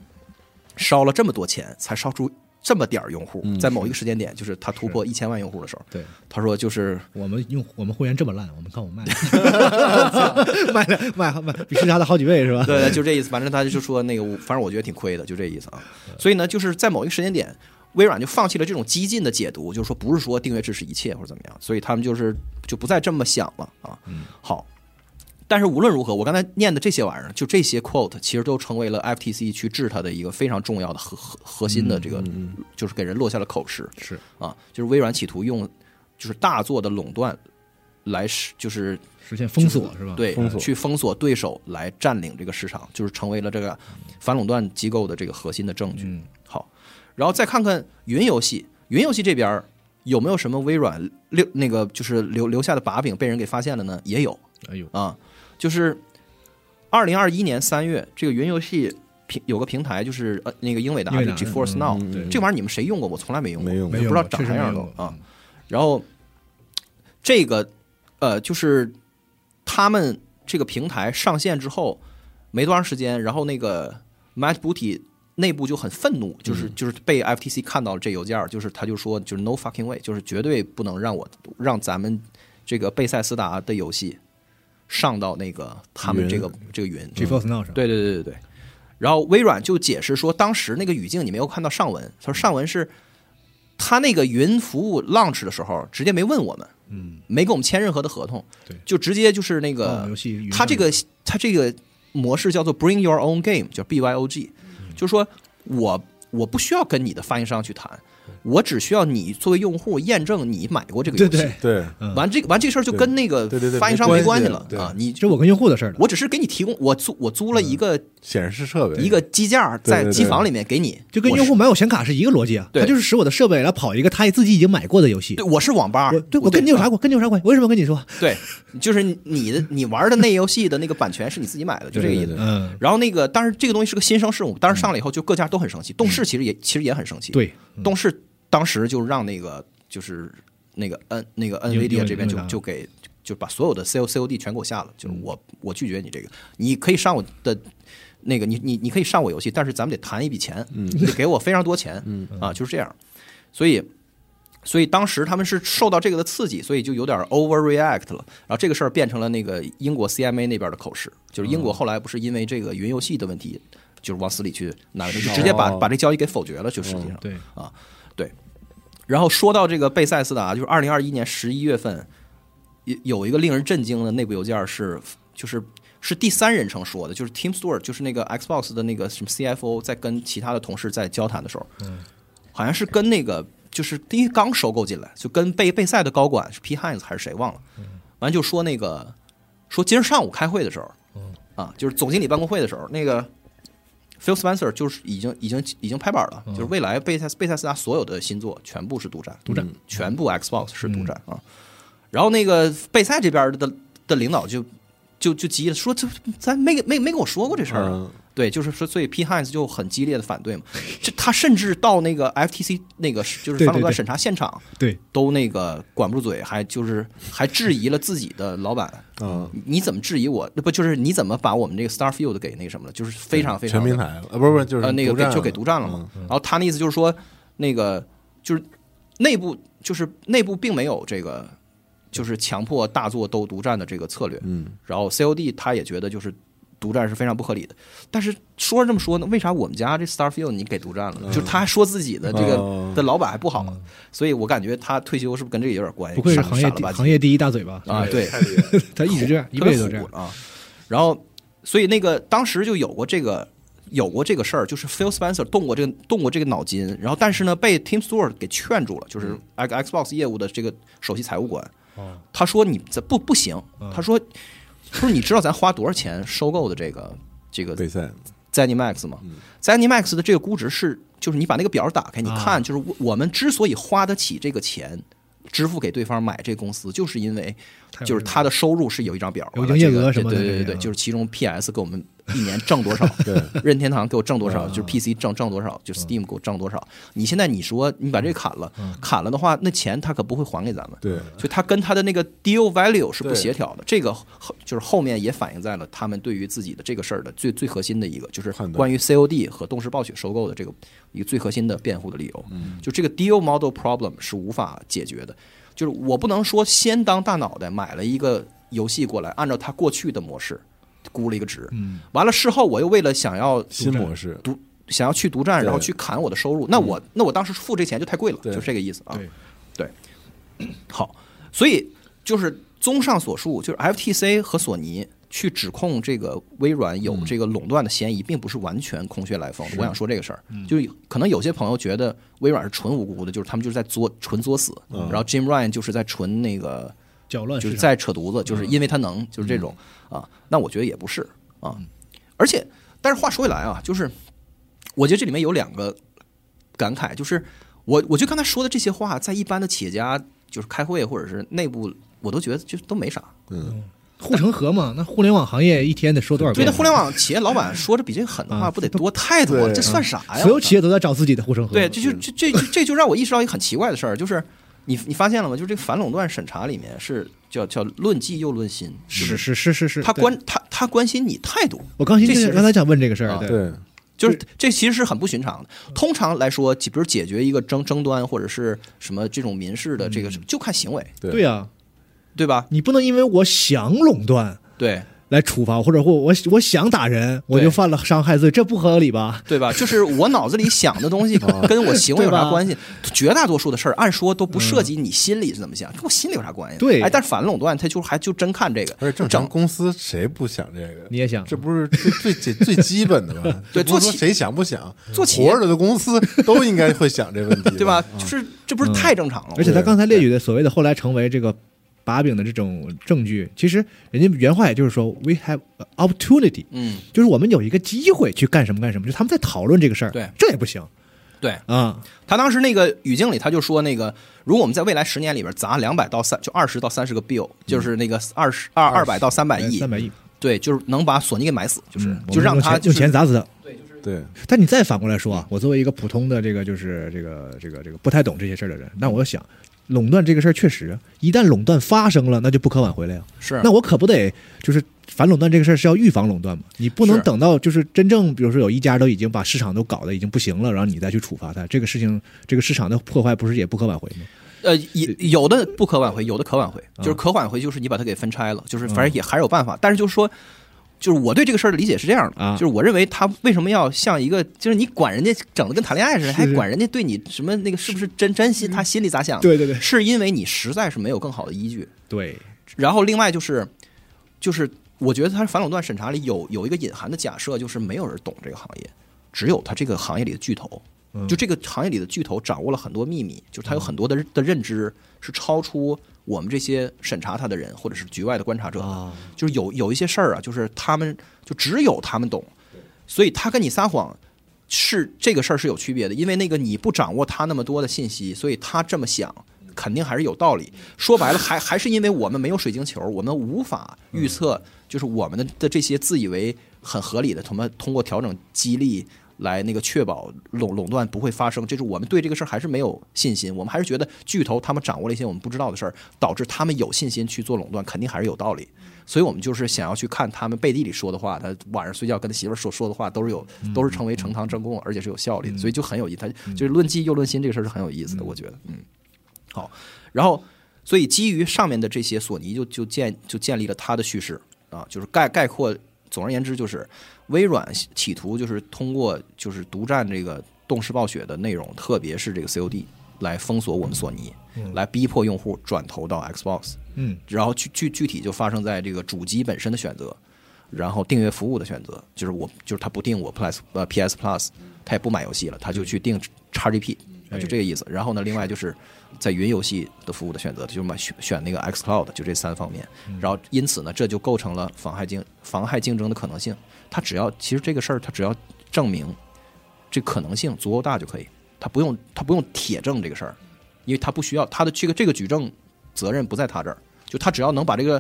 烧了这么多钱，才烧出这么点儿用户，在某一个时间点，嗯就是他突破一千万用户的时候，
对
他说就是
我们用我们会员这么烂，我们看我卖 了， 卖了卖卖比时差的好几倍是吧？
对对，就这意思。反正他就说那个，我反正我觉得挺亏的，就这意思啊。
嗯
所以呢，就是在某一个时间点，微软就放弃了这种激进的解读，就是说不是说订阅制是一切或者怎么样，所以他们就是就不再这么想了啊。
嗯
好，但是无论如何，我刚才念的这些玩意儿，就这些 quote，其实都成为了 FTC 去治它的一个非常重要的核核核心的这个，就是给人落下了口实。
嗯是
啊，就是微软企图用就是大作的垄断来使就是
实现封锁是吧？
对，
封锁
去封锁对手来占领这个市场，就是成为了这个反垄断机构的这个核心的证据。
嗯
好，然后再看看云游戏，云游戏这边儿有没有什么微软留那个就是留留下的把柄被人给发现了呢？也有
哎呦，
啊，就是二零二一年三月，这个云游戏平有个平台就是呃那个英伟达
英伟
的
达
GeForce
嗯
Now，、
嗯对
这玩意儿你们谁用过？我从来没用过，
没用过
我不知道长
确实
啥
没嗯
样
用
都
过
啊。然后这个呃，就是他们这个平台上线之后没多长时间，然后那个 Matt Booty 内部就很愤怒，就是就是被 FTC 看到了这邮件儿，就是他就说就是 no fucking way，就是绝对不能让我让咱们这个贝塞斯达的游戏上到那个他们这个这个云。嗯
GeForce Now 上，
对对对对对。然后微软就解释说，当时那个语境你没有看到上文，他说上文是他那个云服务 launch 的时候直接没问我们，
嗯，
没跟我们签任何的合同
对，
就直接就是那
那
个
啊游戏云
呃它这个它这个模式叫做 Bring Your Own Game，叫 BYOG，就是
嗯
说我我不需要跟你的发行商去谈，我只需要你作为用户验证你买过这个游
对
戏，
对，
对，
嗯
完这个完这事儿就跟那个
对对对嗯
发行商
没
没关系
关
了
系了
啊，你
这我跟用户的事儿了，
我只是给你提供我租我租了一个、
显示设备
一个机架
对
在
对对
机房里面给你，
就跟
我
用
是
户买我显卡是一个逻辑啊，
对
他就是使我的设备来跑一个他自己已经买过的游戏
对。我是网吧，
我对我跟你有啥
啊
关？跟你有啥关系？我为什么要跟你说？
对，就是你的你玩的那游戏的那个版权是你自己买的，就这个意思。
对对对
嗯，
然后那个，当然这个东西是个新生事物，当时上来以后就各家都很生气，动视其实也其实也很生气，，
嗯对，
动视当时就让那个就是那个 N 那个
有
NVIDIA 这边就
有有
就给就把所有的 CO COD 全给我下了，就是我我拒绝你这个，你可以上我的。那个你你你可以上我游戏，但是咱们得谈一笔钱，得给我非常多钱，啊，就是这样。所以，所以当时他们是受到这个的刺激，所以就有点 overreact 了。然后这个事儿变成了那个英国 CMA 那边的口实，就是英国后来不是因为这个云游戏的问题，就是往死里去拿，就直接把
哦
把这交易给否决了，就实际上。
对，
然后说到这个贝塞斯达，就是二零二一年十一月份，有有一个令人震惊的内部邮件是，就是是第三人称说的，就是 Team Stewart，就是那个 Xbox 的那个什么 CFO，在跟其他的同事在交谈的时候，好像是跟那个就是第一刚收购进来，就跟贝贝塞的高管是 P Hines 还是谁忘了，完就说那个说今儿上午开会的时候，啊，就是总经理办公会的时候，那个 Phil Spencer 就是已经已经已经拍板了，就是未来贝塞贝塞斯达所有的新作全部是独占，嗯独占，全部 Xbox 是独占、啊。然后那个贝塞这边的的领导就就就急了，说这咱没没没跟我说过这事儿啊。
嗯
对，就是说，所以 P. Hines 就很激烈的反对嘛，这他甚至到那个 FTC 那个就是
对
法垄
对对
断审查现场
对，
都那个管不住嘴，还就是还质疑了自己的老板，
啊，
你怎么质疑我？不就是你怎么把我们这个 Starfield 给那个什么了？就是非常非常
全平台了，呃，不是不是，就是
呃那个
独
给
占
就给独占了
嗯
嘛。然后他那意思就是说，那个就是内部就是内部并没有这个就是强迫大作都独占的这个策略。
嗯，
然后 COD 他也觉得就是独占是非常不合理的。但是说是这么说呢，为啥我们家这 Starfield 你给独占了？就是他还说自己的这个
嗯哦
的老板还不好，所以我感觉他退休是不是跟这个有点关系？
不愧是
哎傻
行业
傻了
第
吧唧
行业第一大嘴巴
啊，，对。
他一直这样，一
特别
辈子都这
火
样。
啊。然后，所以那个当时就有过这个有过这个事儿，就是 Phil Spencer 动过这个动过这个脑筋，然后但是呢被 Tim Stewart 给劝住了，就是
嗯
X Xbox 业务的这个首席财务官，
哦
他说你这不不行，
嗯
他说他说你知道咱花多少钱收购的这个这个
备赛，
ZeniMax
嗯
吗？ZeniMax 的这个估值是，就是你把那个表打开，你
啊
看，就是我我们之所以花得起这个钱，支付给对方买这公司，就是因为
太有
就是他的收入是有一张表，
有
完了
营业
这个
额什么的
对对
这个
对对，
啊
就是其中 PS 给我们一年挣 多少，
对，
任天堂给我挣多少，就是
啊
PC 挣挣多少，
嗯
就 Steam 给我挣多少。你现在你说你把这个砍了，砍了的话，那钱他可不会还给咱们。
对
所以它跟它的那个 deal value 是不
嗯对
协调的。这个后就是后面也反映在了他们对于自己的这个事儿的最最核心的一个，就是
判断
关于 COD 和动视暴雪收购的这个一个最核心的辩护的理由。
嗯
就这个 deal model problem 是无法解决的，就是我不能说先当大脑袋买了一个游戏过来，按照它过去的模式估了一个值，完了事后我又为了想要
嗯新模式，
独想要去独占，
对
然后去砍我的收入，那我、那我当时付这钱就太贵了，
对
就这个意思啊。
对
对好，所以就是综上所述，就是 FTC 和索尼去指控这个微软有这个垄断的嫌疑，并不是完全空穴来风。我想说这个事儿，就是可能有些朋友觉得微软是纯无辜的，就是他们就是在作纯作死，然后 Jim Ryan 就是在纯那个。
搅乱
就
市场
是在扯犊
嗯
子，就是因为他能，就是这种啊。那我觉得也不是啊，
嗯
而且，但是话说回来啊，就是我觉得这里面有两个感慨，就是我我觉得刚才说的这些话，在一般的企业家就是开会或者是内部，我都觉得就都没
啊
啥。
嗯，
护城河嘛，那互联网行业一天得说多少
对，
遍？
那互联网企业老板说着比这个狠的话
啊
不得多太多了，
对
这算啥呀？
所有
我操
企业都在找自己的护城河。
对，这就这这这这就让我意识到一个很奇怪的事儿，就是你你发现了吗？就是这个反垄断审查里面是叫叫论迹又论心，
是是是是是，
他
嗯对
关他他关心你态度，
我刚心
这其实
刚才想问这个事
啊
儿，对，
对，
就是这其实是很不寻常的。通常来说，解比如解决一个争争端或者是什么这种
嗯
民事的这个，就看行为，
对
对呀，啊
对吧？
你不能因为我想垄断，
对
来处罚我，或者或我我想打人，我就犯了伤害罪，这不合理吧？
对吧？就是我脑子里想的东西跟我行为有
哦对
啥
吧嗯
关系？绝大多数的事儿，按说都不涉及你心里是怎么想，跟我心里有啥关系？
对
哎，但是反垄断，他就还就真看这个，
而且正
整
常公司谁不想这个？
你也想
这不是最最最最基本的吗？
对
这不是
做
说
企
谁想不想？
做企业
活着的公 司都应该会想这问题，
对吧？就是这不是太正常了吗？
啊嗯而且他刚才列举的所谓的后来成为这个把柄的这种证据，其实人家原话也就是说，we have a opportunity，
嗯，
就是我们有一个机会去干什么干什么，就他们在讨论这个事儿，
对
这也不行
对
啊、
他当时那个语境里，他就说那个，如果我们在未来十年里边砸两百到三，就二十到三十个 bill，就
嗯
是那个二十二二百到三百亿
三，百亿，
对，就是能把索尼给买死，就是、
嗯
就让
我们用
他
钱用钱砸死他。
对，
但你再反过来说啊，我作为一个普通的这个就是这个这个这个不太懂这些事儿的人，那我要想，垄断这个事儿确实，一旦垄断发生了，那就不可挽回了呀。
是
那我可不得就是反垄断这个事儿是要预防垄断嘛，你不能
是
等到就是真正比如说有一家都已经把市场都搞得已经不行了，然后你再去处罚它，这个事情这个市场的破坏不是也不可挽回吗？
呃，有有的不可挽回，有的可挽回，
嗯
就是可挽回就是你把它给分拆了，就是反正也还是有办法，但是就是说。就是我对这个事儿的理解是这样的，
啊
就是我认为他为什么要像一个，就是你管人家整的跟谈恋爱似的，还管人家对你什么那个是不是真真心，他心里咋想的？
嗯对对对
是因为你实在是没有更好的依据。
对，
然后另外就是，就是我觉得它反垄断审查里有有一个隐含的假设，就是没有人懂这个行业，只有它这个行业里的巨头，
嗯
就这个行业里的巨头掌握了很多秘密，就是它有很多的的认知是超出我们这些审查它的人或者是局外的观察者的，就是有有一些事儿啊，就是他们就只有他们懂，所以他跟你撒谎。是这个事儿是有区别的，因为那个你不掌握他那么多的信息，所以他这么想肯定还是有道理。说白了，还还是因为我们没有水晶球，我们无法预测，就是我们的的这些自以为很合理的，他们通过调整激励来那个确保垄垄断不会发生，这是我们对这个事儿还是没有信心，我们还是觉得巨头他们掌握了一些我们不知道的事儿，导致他们有信心去做垄断，肯定还是有道理。所以我们就是想要去看他们背地里说的话，他晚上睡觉跟他媳妇儿说说的话，都是有，都是成为呈堂证供，而且是有效力的，所以就很有意思。他就是论计又论心这个事儿是很有意思的，我觉得，嗯，好。然后，所以基于上面的这些，索尼就就建就建立了它的叙事啊，就是概概括。总而言之，就是微软企图就是通过就是独占这个动视暴雪的内容，特别是这个 COD 来封锁我们索尼，来逼迫用户转投到 Xbox。
嗯，
然后具具具体就发生在这个主机本身的选择，然后订阅服务的选择，就是我就是他不订我 Plus 呃 PS Plus，他也不买游戏了，他就去订 XGP，
哎
就这个意思。然后呢，另外就是在云游戏的服务的选择，就买选选那个 xCloud，就这三方面。
嗯
然后因此呢，这就构成了妨害竞妨害竞争的可能性。他只要其实这个事儿，他只要证明这可能性足够大就可以，他不用他不用铁证这个事儿，因为他不需要他的这个这个举证责任不在他这儿，就他只要能把这个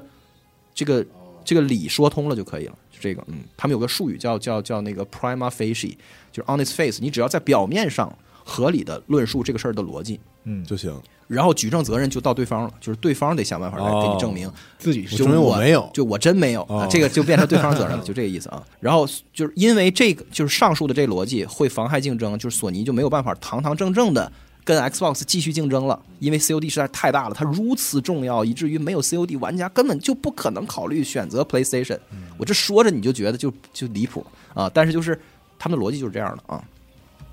这个这个理说通了就可以了，就这个嗯，他们有个术语叫叫叫那个 prima facie，就是 on its face，你只要在表面上合理的论述这个事儿的逻辑，
就行。
然后举证责任就到对方了，就是对方得想办法来给你
哦
证明，
自己
我
就
证明我
我
没有
就我真没有，啊
哦
这个就变成对方责任了，就这个意思啊。然后就是因为这个，就是上述的这逻辑会妨害竞争，就是索尼就没有办法堂堂正正的跟 Xbox 继续竞争了，因为 COD 实在太大了，它如此重要，以至于没有 COD 玩家根本就不可能考虑选择 PlayStation。我这说着你就觉得就就离谱啊，但是就是他们的逻辑就是这样的啊。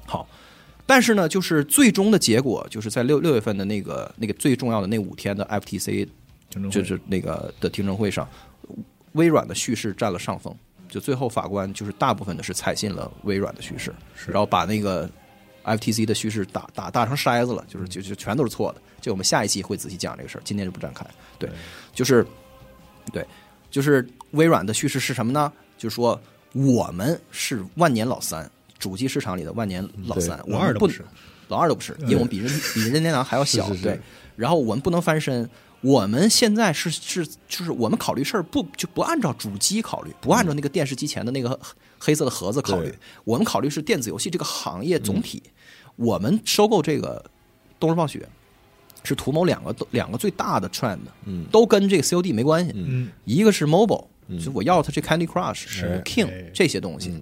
好，但是呢，就是最终的结果，就是在六六月份的那个那个最重要的那五天的 FTC 就是那个的听证会上，微软的叙事占了上风。就最后法官就是大部分的是采信了微软的叙事，然后把那个 FTC 的叙事打打打成筛子了，就是就就全都是错的。这我们下一期会仔细讲这个事儿，今天就不展开。对，就是对，就是微软的叙事是什么呢？就是说我们是万年老三，主机市场里的万年老三，
对
我
老二
们
都
不
不是
老二都不是，因为我们比人比任天堂还要
是
小，
是是
对。然后我们不能翻身，我们现在是是就是我们考虑事儿不就不按照主机考虑，不按照那个电视机前的那个黑色的盒子考虑
对，
我们考虑是电子游戏这个行业总体。我们收购这个东视暴雪是图谋两个两个最大的 trend，
嗯
都跟这个 COD 没关系，
嗯
一个是 mobile，、就是我要它这 Candy Crush、
是
King
哎
这些东西。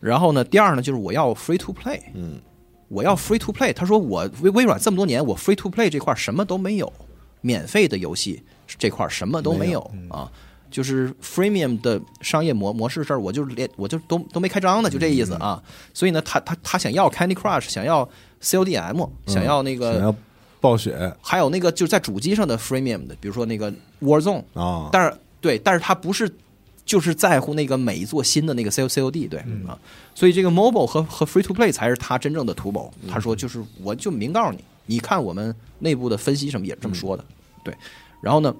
然后呢，第二呢，就是我要 free to play，
嗯，
我要 free to play。他说我微微软这么多年，我 free to play 这块儿什么都没有，免费的游戏这块儿什么都没有啊。就是 freemium 的商业模模式这儿，我就连我就都都没开张呢，就这意思啊。所以呢，他他他想要 Candy Crush，想要 CODM，想要那
想
个，
要暴雪
还有那个就是在主机上的 freemium 的，比如说那个 Warzone，
啊，
但是对，但是他不是就是在乎那个每一座新的那个 C O C O D 对、
嗯
啊，所以这个 mobile 和和 free to play 才是他真正的图谋。
嗯
他说就是我就明告诉你，你看我们内部的分析什么也是这么说的，对。然后呢，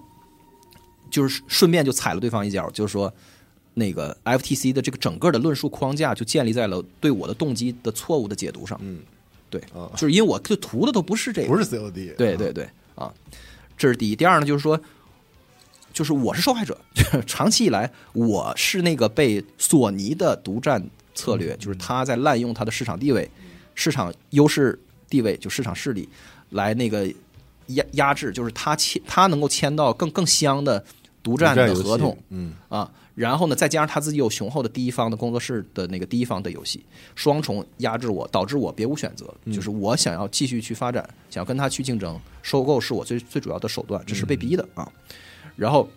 就是顺便就踩了对方一脚，就是说那个 F T C 的这个整个的论述框架就建立在了对我的动机的错误的解读上，嗯，对，
啊
就是因为我就图的都不是这个，
不是 COD，
对对对啊，这是第一。第二呢，就是说，就是我是受害者， 长期以来我是那个被索尼的独占策略，就是他在滥用他的市场地位、市场优势地位，就市场势力来那个压压制，就是他签他能够签到更更香的独占的
独占游戏
合同，
嗯
啊，然后呢，再加上他自己有雄厚的第一方的工作室的那个第一方的游戏，双重压制我，导致我别无选择，就是我想要继续去发展，想要跟他去竞争，收购是我最最主要的手段，这是被逼的啊。然后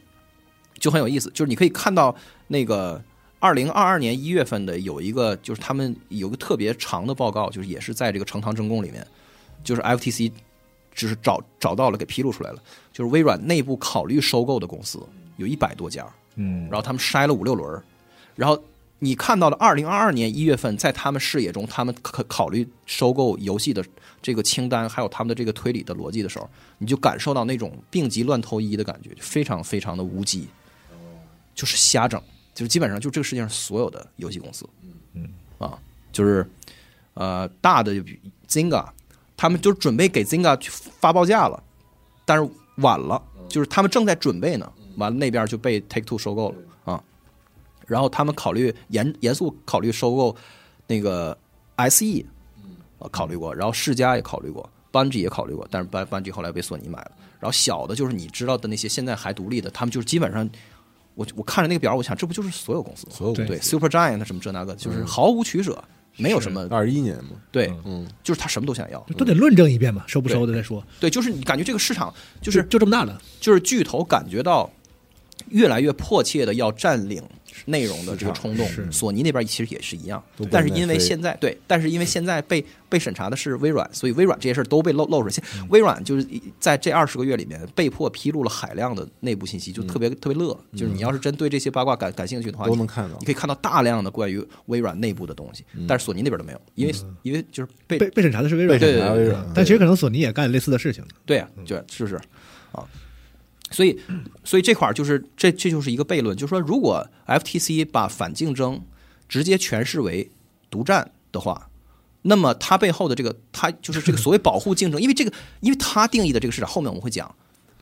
就很有意思，就是你可以看到那个二零二二年一月份的有一个，就是他们有个特别长的报告，就是也是在这个呈堂证供里面，就是 FTC 就是找找到了，给披露出来了，就是微软内部考虑收购的公司有一百多家，
嗯，
然后他们筛了五六轮儿，然后你看到了二零二二年一月份，在他们视野中，他们考考虑收购游戏的这个清单，还有他们的这个推理的逻辑的时候，你就感受到那种病急乱投医的感觉，非常非常的无稽，就是瞎整，就是基本上就这个世界上所有的游戏公司，嗯啊，就是呃大的 Zynga，他们就准备给 Zynga 去发报价了，但是晚了，就是他们正在准备呢，完了那边就被 Take Two 收购了啊。然后他们考虑严严肃考虑收购那个 SE，呃考虑过，然后世嘉也考虑过，班级也考虑过，但是班班级后来被索尼买了。然后小的就是你知道的那些现在还独立的，他们就是基本上，我我看着那个表，我想这不就是所有公司吗？
所有公
对
司
对 Super Giant 什么这那个，就是毫无取舍，没有什么
二一年嘛，嗯
对，就是他什么都想要，
都得论证一遍嘛，收不收的再说，
对，就是你感觉这个市场
就
就
是就这么大了，
就是巨头感觉到越来越迫切的要占领内容的这个冲动，索尼那边其实也是一样
都，
但是
国内
因为
飞
现在对，但是因为现在被被审查的是微软，所以微软这些事儿都被漏漏出来。现
嗯
微软就是在这二十个月里面被迫披露了海量的内部信息，就特别、特别乐。就是你要是真对这些八卦感感兴趣的话，
嗯都
你
能看到嗯
你可以看到大量的关于微软内部的东西，但是索尼那边都没有，因为因为就是被
被被审查的是微软，
被审查
对对对
微软，
但其实可能索尼也干类似的事情，
对
嗯
啊，对，是不是啊？所以，所以这块儿就是这这就是一个悖论，就是说，如果 FTC 把反竞争直接诠释为独占的话，那么它背后的这个，它就是这个所谓保护竞争，因为这个，因为它定义的这个市场，后面我们会讲，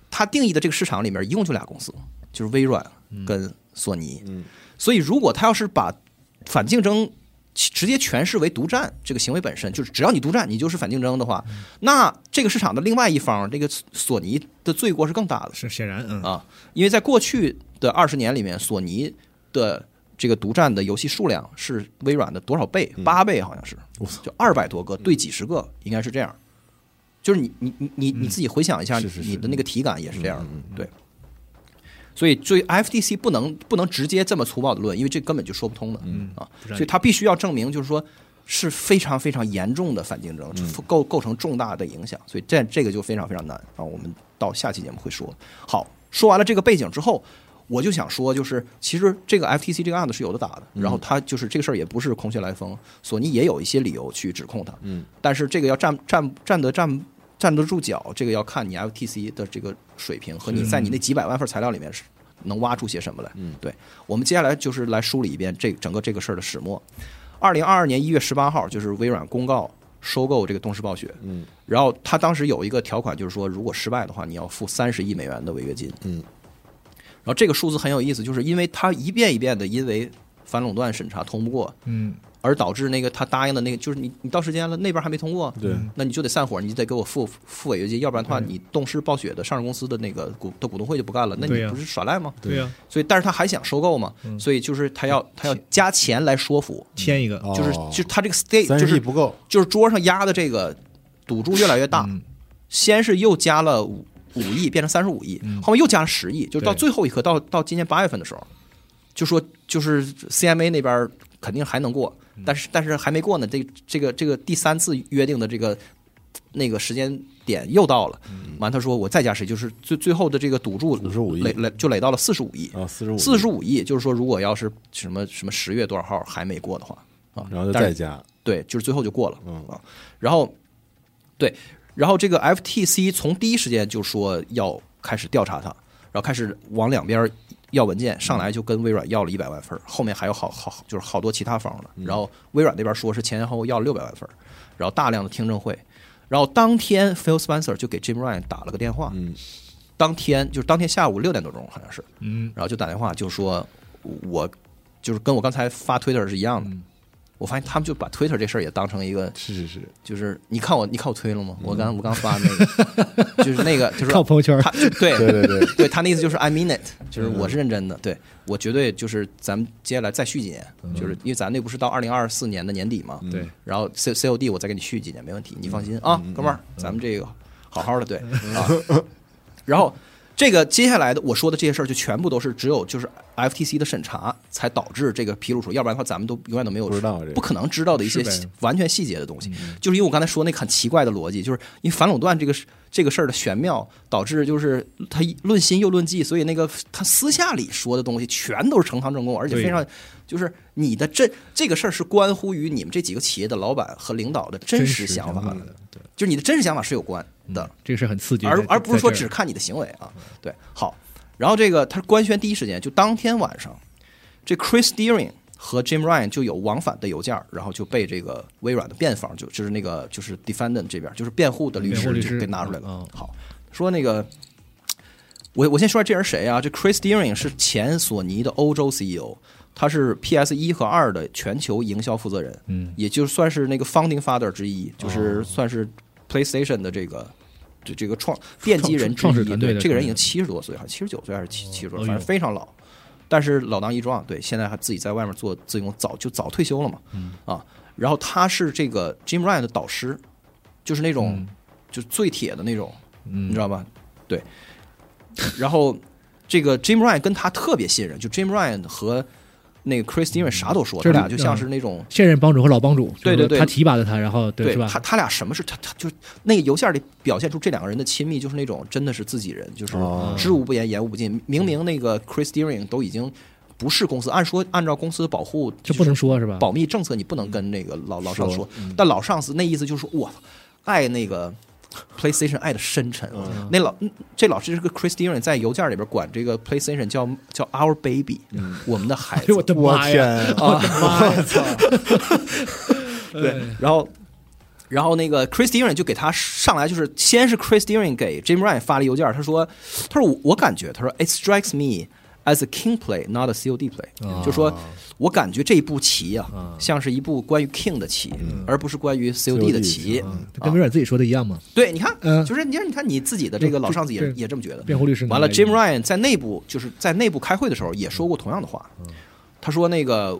它定义的这个市场里面一共就俩公司，就是微软跟索尼。所以，如果它要是把反竞争其直接诠释为独占这个行为本身，就是只要你独占，你就是反竞争的话，那这个市场的另外一方，这个索索尼的罪过是更大的
是显然，嗯，
啊，因为在过去的二十年里面，索尼的这个独占的游戏数量是微软的多少倍？八倍好像是，就二百多个对几十个，应该是这样。就是你你你你你自己回想一下，
嗯是是嗯是
你的那个体感也是这样的，对。所以，所以 FTC 不能不能直接这么粗暴的论，因为这根本就说不通的、
嗯
啊，所以他必须要证明，就是说是非常非常严重的反竞争，
嗯
构构成重大的影响，所以这这个就非常非常难啊。我们到下期节目会说。好，说完了这个背景之后，我就想说，就是其实这个 FTC 这个案子是有的打的，
嗯
然后他就是这个事儿也不是空穴来风，索尼也有一些理由去指控他，嗯，但是这个要站站站得站站得住脚，这个要看你 FTC 的这个水平和你在你那几百万份材料里面是能挖出些什么来。嗯，对，我们接下来就是来梳理一遍这整个这个事儿的始末。二零二二年一月十八号，就是微软公告收购这个东视暴雪。嗯，然后他当时有一个条款，就是说如果失败的话，你要付三十亿美元的违约金。嗯，然后这个数字很有意思，就是因为他一遍一遍的因为反垄断审查通不过，
嗯，
而导致那个他答应的那个，就是你你到时间了，那边还没通过，
对，
那你就得散伙，你就得给我付付违约金，要不然的话，你动视暴雪的上市公司的那个股的股东会就不干了，那
对
你
呀
不是耍赖吗？
对呀，
所以，但是他还想收购嘛，
嗯
所以就是他要他要加钱来说服，
签一个，
哦
就是就是他这个 stake
三
哎就
十亿
是
不够，嗯
就是桌上压的这个赌注越来越大，先是又加了五五亿变成三十五亿
嗯，
后面又加了十亿，就到
对
最后一刻，到到今年八月份的时候，就说就是 CMA 那边肯定还能过，
嗯
但是但是还没过呢，这这个这个第三次约定的这个那个时间点又到了，
嗯
完他说我再加十亿，就是最最后的这个赌注
55亿
垒垒就垒到了四十五亿，
啊，四十五，
四十，五亿，就是说如果要是什么什么十月多少号还没过的话啊，
然后就
但是
再加，
对，就是最后就过了，
嗯
啊，然后对，然后这个 FTC 从第一时间就说要开始调查他，然后开始往两边要文件，上来就跟微软要了一百万份儿，后面还有好好就是好多其他方的，然后微软那边说是前前后后要了六百万份儿，然后大量的听证会，然后当天 Phil Spencer 就给 Jim Ryan 打了个电话，
嗯，
当天就是当天下午六点多钟好像是，
嗯，
然后就打电话就说，我就是跟我刚才发 Twitter 是一样的。我发现他们就把 Twitter 这事儿也当成一个，
是是是，
就是你看我，你看我推了吗？我刚我刚发那个，就是那个， 就是
看我朋友圈，
他就对
对对对，
对他那意思就是 I mean it，就是我是认真的，对我绝对就是咱们接下来再续几年，
嗯
就是因为咱那不是到二零二四年的年底嘛，
对，
然后 C C O D 我再给你续几年没问题，你放心
嗯
啊，哥们儿，咱们这个好好的对啊，然后。这个接下来的我说的这些事儿，就全部都是只有就是 FTC 的审查才导致这个披露出，要不然的话咱们都永远都没有
不知道这个
不可能知道的一些
是呗
细完全细节的东西。就是因为我刚才说那个很奇怪的逻辑，就是因为反垄断这个事这个事儿的玄妙，导致就是他一论心又论迹，所以那个他私下里说的东西全都是呈堂证供，而且
对
非常就是你的这这个事儿是关乎于你们这几个企业的老板和领导的真实想法的，嗯
的，对，
就是你的真实想法是有关的。
这个是很刺激，
而
在
而不是说
在这
只
儿
看你的行为啊。对，好，然后这个他官宣第一时间就当天晚上，这 Chris Deering 和 Jim Ryan 就有往返的邮件，然后就被这个微软的辩方就就是那个就是 defendant 这边就是辩护的律
辩护律
师
师
就给拿出来了。
嗯
好，说那个。我我先说下这人谁啊？这 Chris Deering 是前索尼的欧洲 E CEO，他是 PS 一和二的全球营销负责人，
嗯，哦
也就算是那个 founding father 之一，就是算是 PlayStation 的这个这这个创奠基人之
创创始
一。
团队
对，
的
这个人已
创始
经
人
七十多岁，好像七十九岁还是七七十多，
哎
反
呦
正非常老。但是老当益壮，对，现在还自己在外面做自由工，早就早退休了嘛，
嗯
啊。然后他是这个 Jim Ryan 的导师，就是那种、
嗯
就最铁的那种，你知道吧？对。然后这个 Jim Ryan 跟他特别信任，就 Jim Ryan 和那个 Chris Steven 啥都说，
嗯这
他
俩嗯
俩就像是那种
现任帮主和老帮主，就是
对对对
他提拔的他，然后
对
是吧？
他他俩什么是他他就那个邮件里表现出这两个人的亲密，就是那种真的是自己人，就是
哦
知无不言，言无不尽。明明那个 Chris Deering 都已经不是公司，按说按照公司保护
这不能说是吧？嗯
保密政策，你不能跟那个老老上司
说
说。但老上司那意思就是说，我爱那个 PlayStation 爱的深沉。啊
嗯
那老这老这是个 Chris Deering 在邮件里边管这个 PlayStation 叫叫 Our Baby，我们的孩
哎
子
呦我。的
我
妈
天
呀！
啊，
我的妈呀！
对， 然后。然后那个 Chris Deering 就给他上来，就是先是 Chris Deering 给 Jim Ryan 发了邮件，他说：“他说我我感觉，他说 It strikes me as a king play, not a COD play，、就说我感觉这一步棋啊，像是一部关于 king 的棋，而不是关于 COD 的
COD
棋。嗯啊
跟微软自己说的一样嘛，
对，你看，
嗯
就是你看，你看你自己的这个老上司也
对
也这么觉得。
辩护律师
完了
拿来一
，Jim
个
Ryan 在内部就是在内部开会的时候也说过同样的话，
嗯
他说那个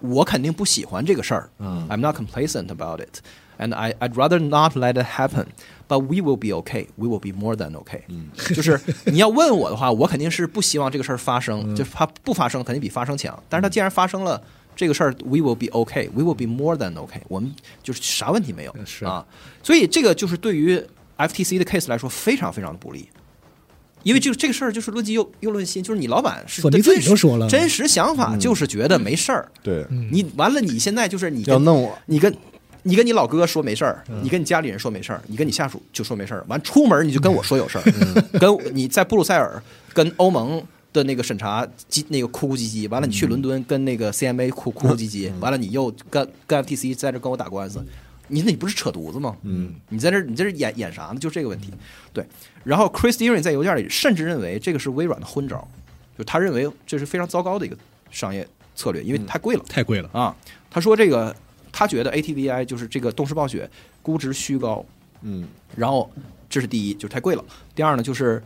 我肯定不喜欢这个事儿，I'm
嗯
not complacent about it。And I I'd rather not let it happen, but we will be okay. We will be more than okay.
嗯
就是你要问我的话，我肯定是不希望这个事儿发生，
嗯
就是它不发生肯定比发生强。但是它既然发生了，这个事儿 we will be okay, we will be more than okay。我们就是啥问题没有
是
啊，所以这个就是对于 FTC 的 case 来说非常非常的不利，因为这个这个事儿就是论迹又又论心，就是你老板是
索尼自己
真实
都说了嗯
真实想法就是觉得没事儿，
对，
你完了你现在就是你
要
跟
弄我，
你跟。你跟你老哥说没事儿，你跟你家里人说没事儿，你跟你下属就说没事儿，完出门你就跟我说有事儿，跟你在布鲁塞尔跟欧盟的那个审查叽那个哭哭唧唧，完了你去伦敦跟那个 CMA 哭哭哭唧唧，完了你又跟跟 FTC 在这跟我打官司，你那你不是扯犊子吗？嗯，你在这你在这演演啥呢？就这个问题，对。然后 Chris Deering 在邮件里甚至认为这个是微软的昏招，就他认为这是非常糟糕的一个商业策略，因为太贵了。
太贵了，
啊，他说这个他觉得 ATVI 就是这个动视暴雪估值虚高，
嗯，
然后这是第一，就是太贵了。第二呢，就是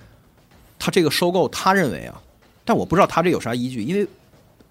他这个收购，他认为啊，但我不知道他这有啥依据，因为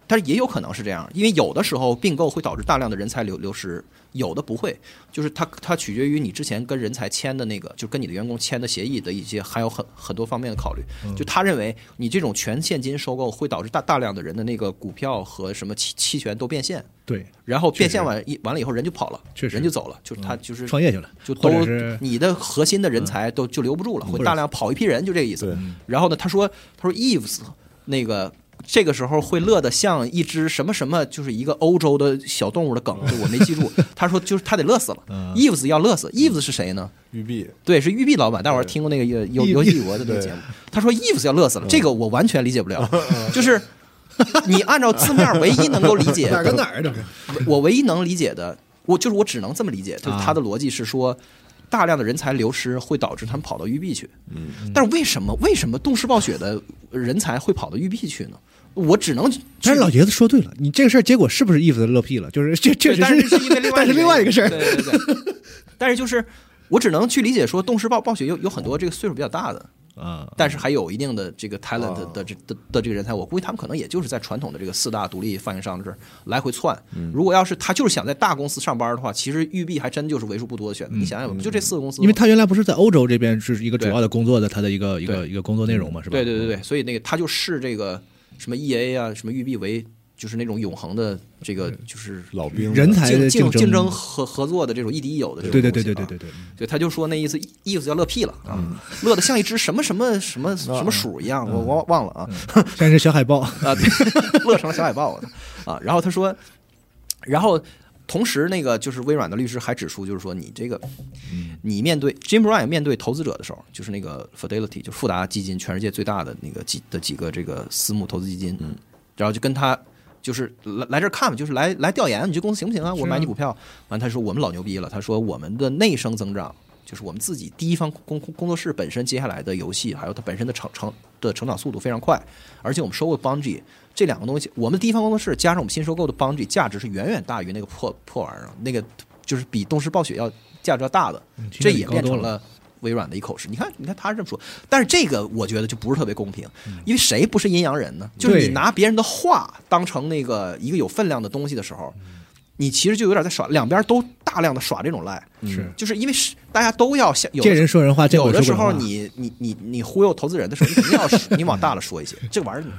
但是也有可能是这样，因为有的时候并购会导致大量的人才流流失，有的不会，就是它它取决于你之前跟人才签的那个，就跟你的员工签的协议的一些，还有很很多方面的考虑。就他认为你这种全现金收购会导致大大量的人的那个股票和什么期期权都变现，
对，
然后变现完一完了以后人就跑了，
确实嗯
人就走了，就是他就是
创业去了，
就
或
都
者是嗯
你的核心的人才都就留不住了，会
者
大量跑一批人，就这个意思
对。
然后呢，他说他说 Eves 那个。这个时候会乐得像一只什么什么，就是一个欧洲的小动物的梗，就我没 记住。他说就是他得乐死了
嗯
，Eves 要乐死。Eves 是谁呢？
玉璧，
对，是育碧老板，但我是听过那个游游游戏国的那个节目，他说 Eves 要乐死了，这个我完全理解不了，
嗯
就是你按照字面唯一能够理 解
哪儿跟哪儿的，
我唯一能理解的，我就是我只能这么理解，就是
啊
他的逻辑是说，大量的人才流失会导致他们跑到育碧去。嗯，但是为什么为什么动视暴雪的人才会跑到育碧去呢？我只能去，
但是老爷子说对了，你这个事儿结果是不是 if 的乐屁了？就是这确
对
实
但是是因为另外
但是另外一个事
原
儿
因，对对对。但是就是我只能去理解说，动视暴暴雪有有很多这个岁数比较大的。
啊，
但是还有一定的这个 talent 的
哦
的这的的这个人才，我估计他们可能也就是在传统的这个四大独立发行商这儿来回窜。
嗯
如果要是他就是想在大公司上班的话，其实育碧还真就是为数不多的选择。你想想吧，就这四个公司，
嗯因为他原来不是在欧洲这边是一个主要的工作的，他的一个一个一个工作内容嘛，是吧？
对对对对，所以那个他就视这个什么 EA 啊，什么育碧为就是那种永恒的这个就是
老兵
人嗯才
竞
的
竞
竞
争合合作的这种亦敌亦友的这种
对对对
东西
对
啊
对对嗯对，
对，他就说那意思，意思叫乐屁了啊，乐得像一只什么什么 什么什么鼠一样，
嗯
我我忘了啊，
现在是小海豹，
啊，对，乐成了小海豹啊。然后他说，然后同时那个就是微软的律师还指出，就是说你这个，你面对 Jim Ryan 面对投资者的时候，就是那个 Fidelity，就是富达基金，全世界最大的那个几的几个这个私募投资基金，然后就跟他。就是来来这儿看吧，就是来来调研，你这公司行不行啊？我买你股票。完，他说我们老牛逼了，他说我们的内生增长就是我们自己第一方工工工作室本身接下来的游戏，还有它本身的成成的成长速度非常快，而且我们收购 Bungie 这两个东西，我们第一方工作室加上我们新收购的 Bungie 价值是远远大于那个破破玩意儿，那个就是比动视暴雪要价值要大的，
嗯听
这
着比
也
高
变
多
成
了
了。微软的一口实，你看，你看他是这么说，但是这个我觉得就不是特别公平，因为谁不是阴阳人呢？就是你
嗯对
拿别人的话当成那个一个有分量的东西的时候，
嗯
你其实就有点在耍，两边都大量的耍这种赖，
是
就是因为是大家都要想有
见人说人话，见
有
鬼
的
说
时
鬼话。
候你你你你忽悠投资人的时候，你肯定要说你往大了说一些，这玩意儿。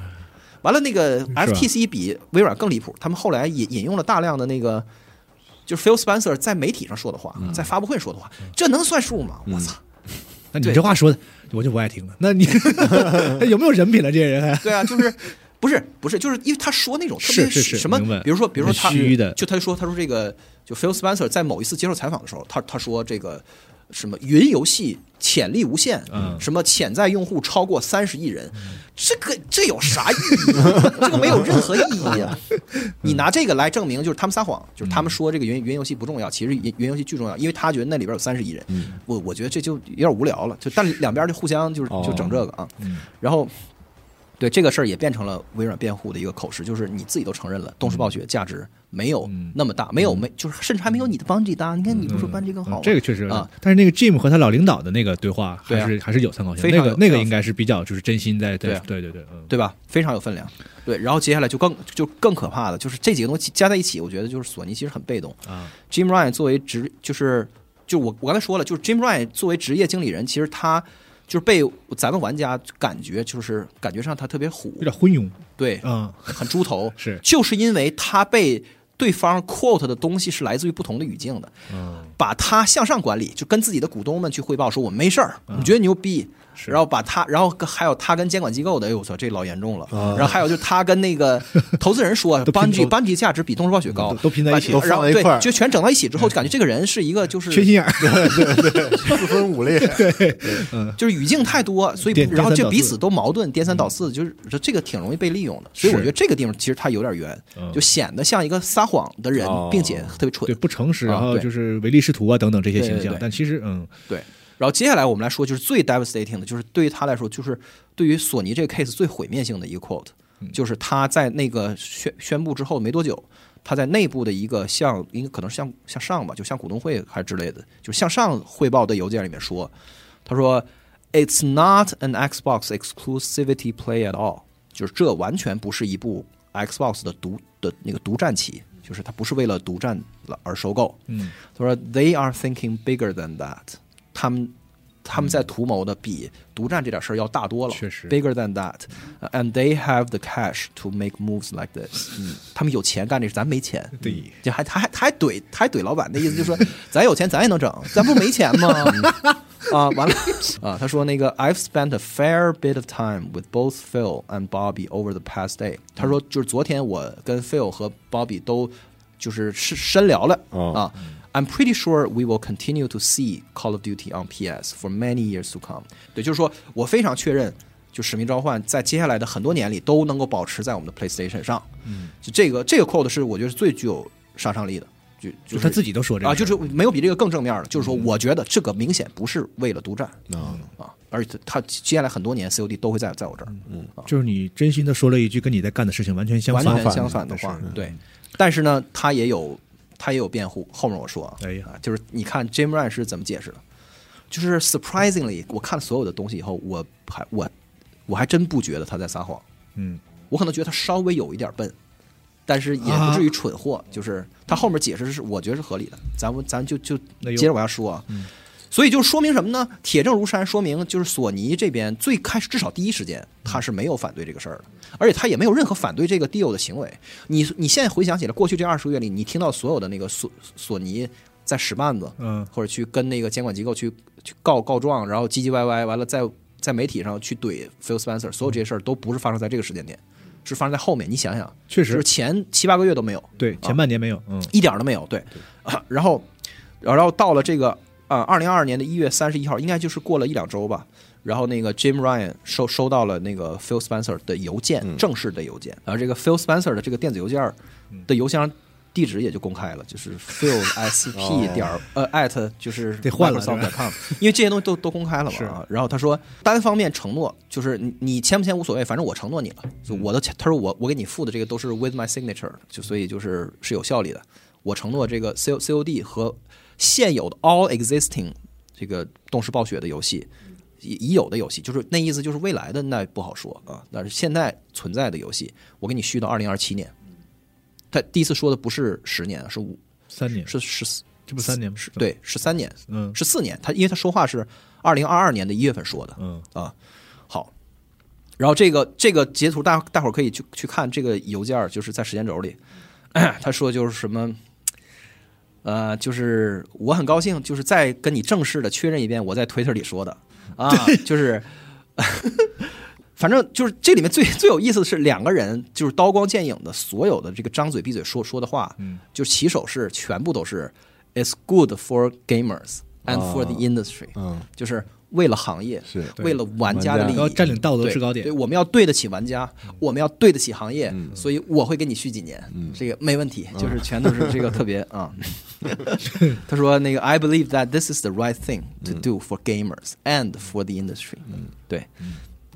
完了，那个 FTC 比微软更离谱，他们后来引引用了大量的那个，就是 Phil Spencer 在媒体上说的话，在发布会说的话，这能算数吗？我操！
那你这话说的，我就不爱听了。 那你有没有人品了？这些人还
对啊，就是不是不是，就是因为他说那种特别
是是是
什么
明白，
比如说比如说他
很虚的
就他就说他说这个就 Phil Spencer 在某一次接受采访的时候，他他说这个什么云游戏潜力无限，
嗯
什么潜在用户超过三十亿人，这个这有啥意义啊？ 这个没有任何意义啊！
嗯
你拿这个来证明就是他们撒谎，就是他们说这个云云游戏不重要，其实云云游戏巨重要，因为他觉得那里边有三十亿人，
嗯
我我觉得这就有点无聊了，就但两边就互相就是
哦
就整这个啊，
嗯
然后。对这个事儿也变成了微软辩护的一个口实，就是你自己都承认了，动视暴
嗯
雪价值没有那么大，没有没就是甚至还没有你的邦吉大。你看你不说邦吉更好吗、
嗯这个确实有点
啊，
但是那个 Jim 和他老领导的那个对话，还是还是有参考性。
非
那
常有
个那
非
个
常
应该是比较就是真心在在
对啊
对对对，嗯，
对吧？非常有分量。对，然后接下来就更就更可怕的就是这几个东西加在一起，我觉得就是索尼其实很被动。
啊
Jim Ryan 作为职就是就我我刚才说了，就是 Jim Ryan 作为职业经理人，其实他就是被咱们玩家感觉就是感觉上他特别虎
有，点昏庸
对，
啊，
很猪头，
是
就是因为他被对方 quote 的东西是来自于不同的语境的，
嗯
把他向上管理，就跟自己的股东们去汇报，说我没事儿，
嗯
我觉得牛逼。然后把他，然后跟还有他跟监管机构的，哎呦我操，这老严重了。然后还有就是他跟 那个投资人说，
啊都拼
班级
头
班级价值比东视暴雪高
都，都拼在一起
都
然
放
后
在一
对
块，儿，
就全整到一起之后，就感觉这个人是一个就是
缺心眼儿，
四分 五裂，
就是语境太多，所以
颠
然后
颠三
这
倒四嗯
彼此都矛盾，颠三倒四，就是这这个挺容易被利用的。所以
是
我觉得这个地方其实他有点冤，
嗯
就显得像一个撒谎的人
哦，
并且特别蠢
对。不诚实，
啊
然后
对
就是唯利是图啊等等这些
对对
形象
对。
但其实嗯，
对，然后接下来我们来说，就是最 devastating 的，就是对于他来说，就是对于索尼这个 case 最毁灭性的一个 quote，就是
嗯
他在那个宣宣布之后没多久，他在内部的一个向应该可能是向向上吧，就向股东会还之类的，就向上汇报的邮件里面说，他说，It's not an Xbox exclusivity play at all，就是这完全不是一部 Xbox 的独的那个独占期，就是它不是为了独占了而收购。
嗯，
他说 They are thinking bigger than that，他们他们在图谋的比独占这点事儿要大多了，
嗯确实
bigger than that，and they have the cash to make moves like this。嗯，他们有钱干这事，咱没钱。嗯
对，
就还他还他还怼他还怼老板的意思，就是说咱有钱咱也能整，咱不没钱吗？ 啊，完了啊！他说那个 I've spent a fair bit of time with both Phil and Bobby over the past day。他说就是昨天我跟 Phil 和 Bobby 都就是深深聊了
哦
啊。I'm
嗯
pretty sure we will continue to see Call of Duty on PS for many years to come。对，就是说我非常确认，就《使命召唤》在接下来的很多年里都能够保持在我们的 PlayStation 上。嗯，就这个这个 quote 是我觉得是最具有杀伤力的，就就
就是他自己都说这个嗯
啊，就是没有比这个更正面的，就是说我觉得这个明显不是为了独占
啊，
啊，而且他接下来很多年 COD 都会在在我这儿，嗯啊，
就是你真心的说了一句跟你在干的事情完全相
完
反，
全相反的话，对。但是呢，他也有他也有辩护，后面我说啊，
哎呀
啊就是你看 Jim Ryan 是怎么解释的，就是 surprisingly，我看了所有的东西以后，我还我我还真不觉得他在撒谎，
嗯，
我可能觉得他稍微有一点笨。但是也不至于蠢货，就是他后面解释是我觉得是合理的，咱们咱就就
那
接
有
着往下说啊。所以就说明什么呢？铁证如山，说明就是索尼这边最开始至少第一时间他是没有反对这个事儿的，而且他也没有任何反对这个 deal 的行为。你
嗯
你现在回想起来，过去这二十个月里，你听到所有的那个索索尼在使绊子，
嗯
或者去跟那个监管机构去去告告状，然后唧唧歪歪，完了在在媒体上去怼 Phil Spencer，所有这些事儿都不是发生在这个时间点，是发生在后面。你想想，
确实
就是前七八个月都没有，
对，前半年没有，嗯，
一点儿都没有。对，啊 然后，然后到了这个呃，二零二二年的一月三十一号，应该就是过了一两周吧。然后那个 Jim Ryan 收收到了那个 Phil Spencer 的邮件，正式的邮件。然后这个 Phil Spencer 的这个电子邮件儿的邮箱地址也就公开了，就是 Phil SP 点儿呃 at 就是
得换了
Microsoft
是吧
com，因为这些东西都都公开了嘛。
是
啊然后他说单方面承诺，就是你你签不签无所谓，反正我承诺你了，就
嗯
我的签他说我我给你付的这个都是 with my signature，就所以就是是有效力的。我承诺这个 C C O D 和现有的 all existing 这个动视暴雪的游戏。已已有的游戏，就是那意思，就是未来的那不好说啊。但是现在存在的游戏，我给你续到二零二七年。他第一次说的不是十年，是五
三年，
是十四，
这不三年吗？
是对十三年，
嗯
十四年。他因为他说话是二零二二年的一月份说的，
嗯
啊，好。然后这个这个截图大大伙儿可以去去看这个邮件儿，就是在时间轴里， 他说就是什么，呃，就是我很高兴，就是再跟你正式的确认一遍我在 Twitter 里说的啊，就是。 反正就是这里面最最有意思的是两个人就是刀光剑影的所有的这个张嘴闭嘴说说的话，就起手式全部都是 "It's good for gamers and for the industry"，、
嗯，
就是为了行业，
是
为了玩家嗯的利益，
要占领道德制高点
对，对我们要对得起玩家，我们要对得起行业，所以我会给你续几年，这个没问题，就是全都是这个特 别啊。他说那个 I believe that this is the right thing to do for gamers and for the industry，对。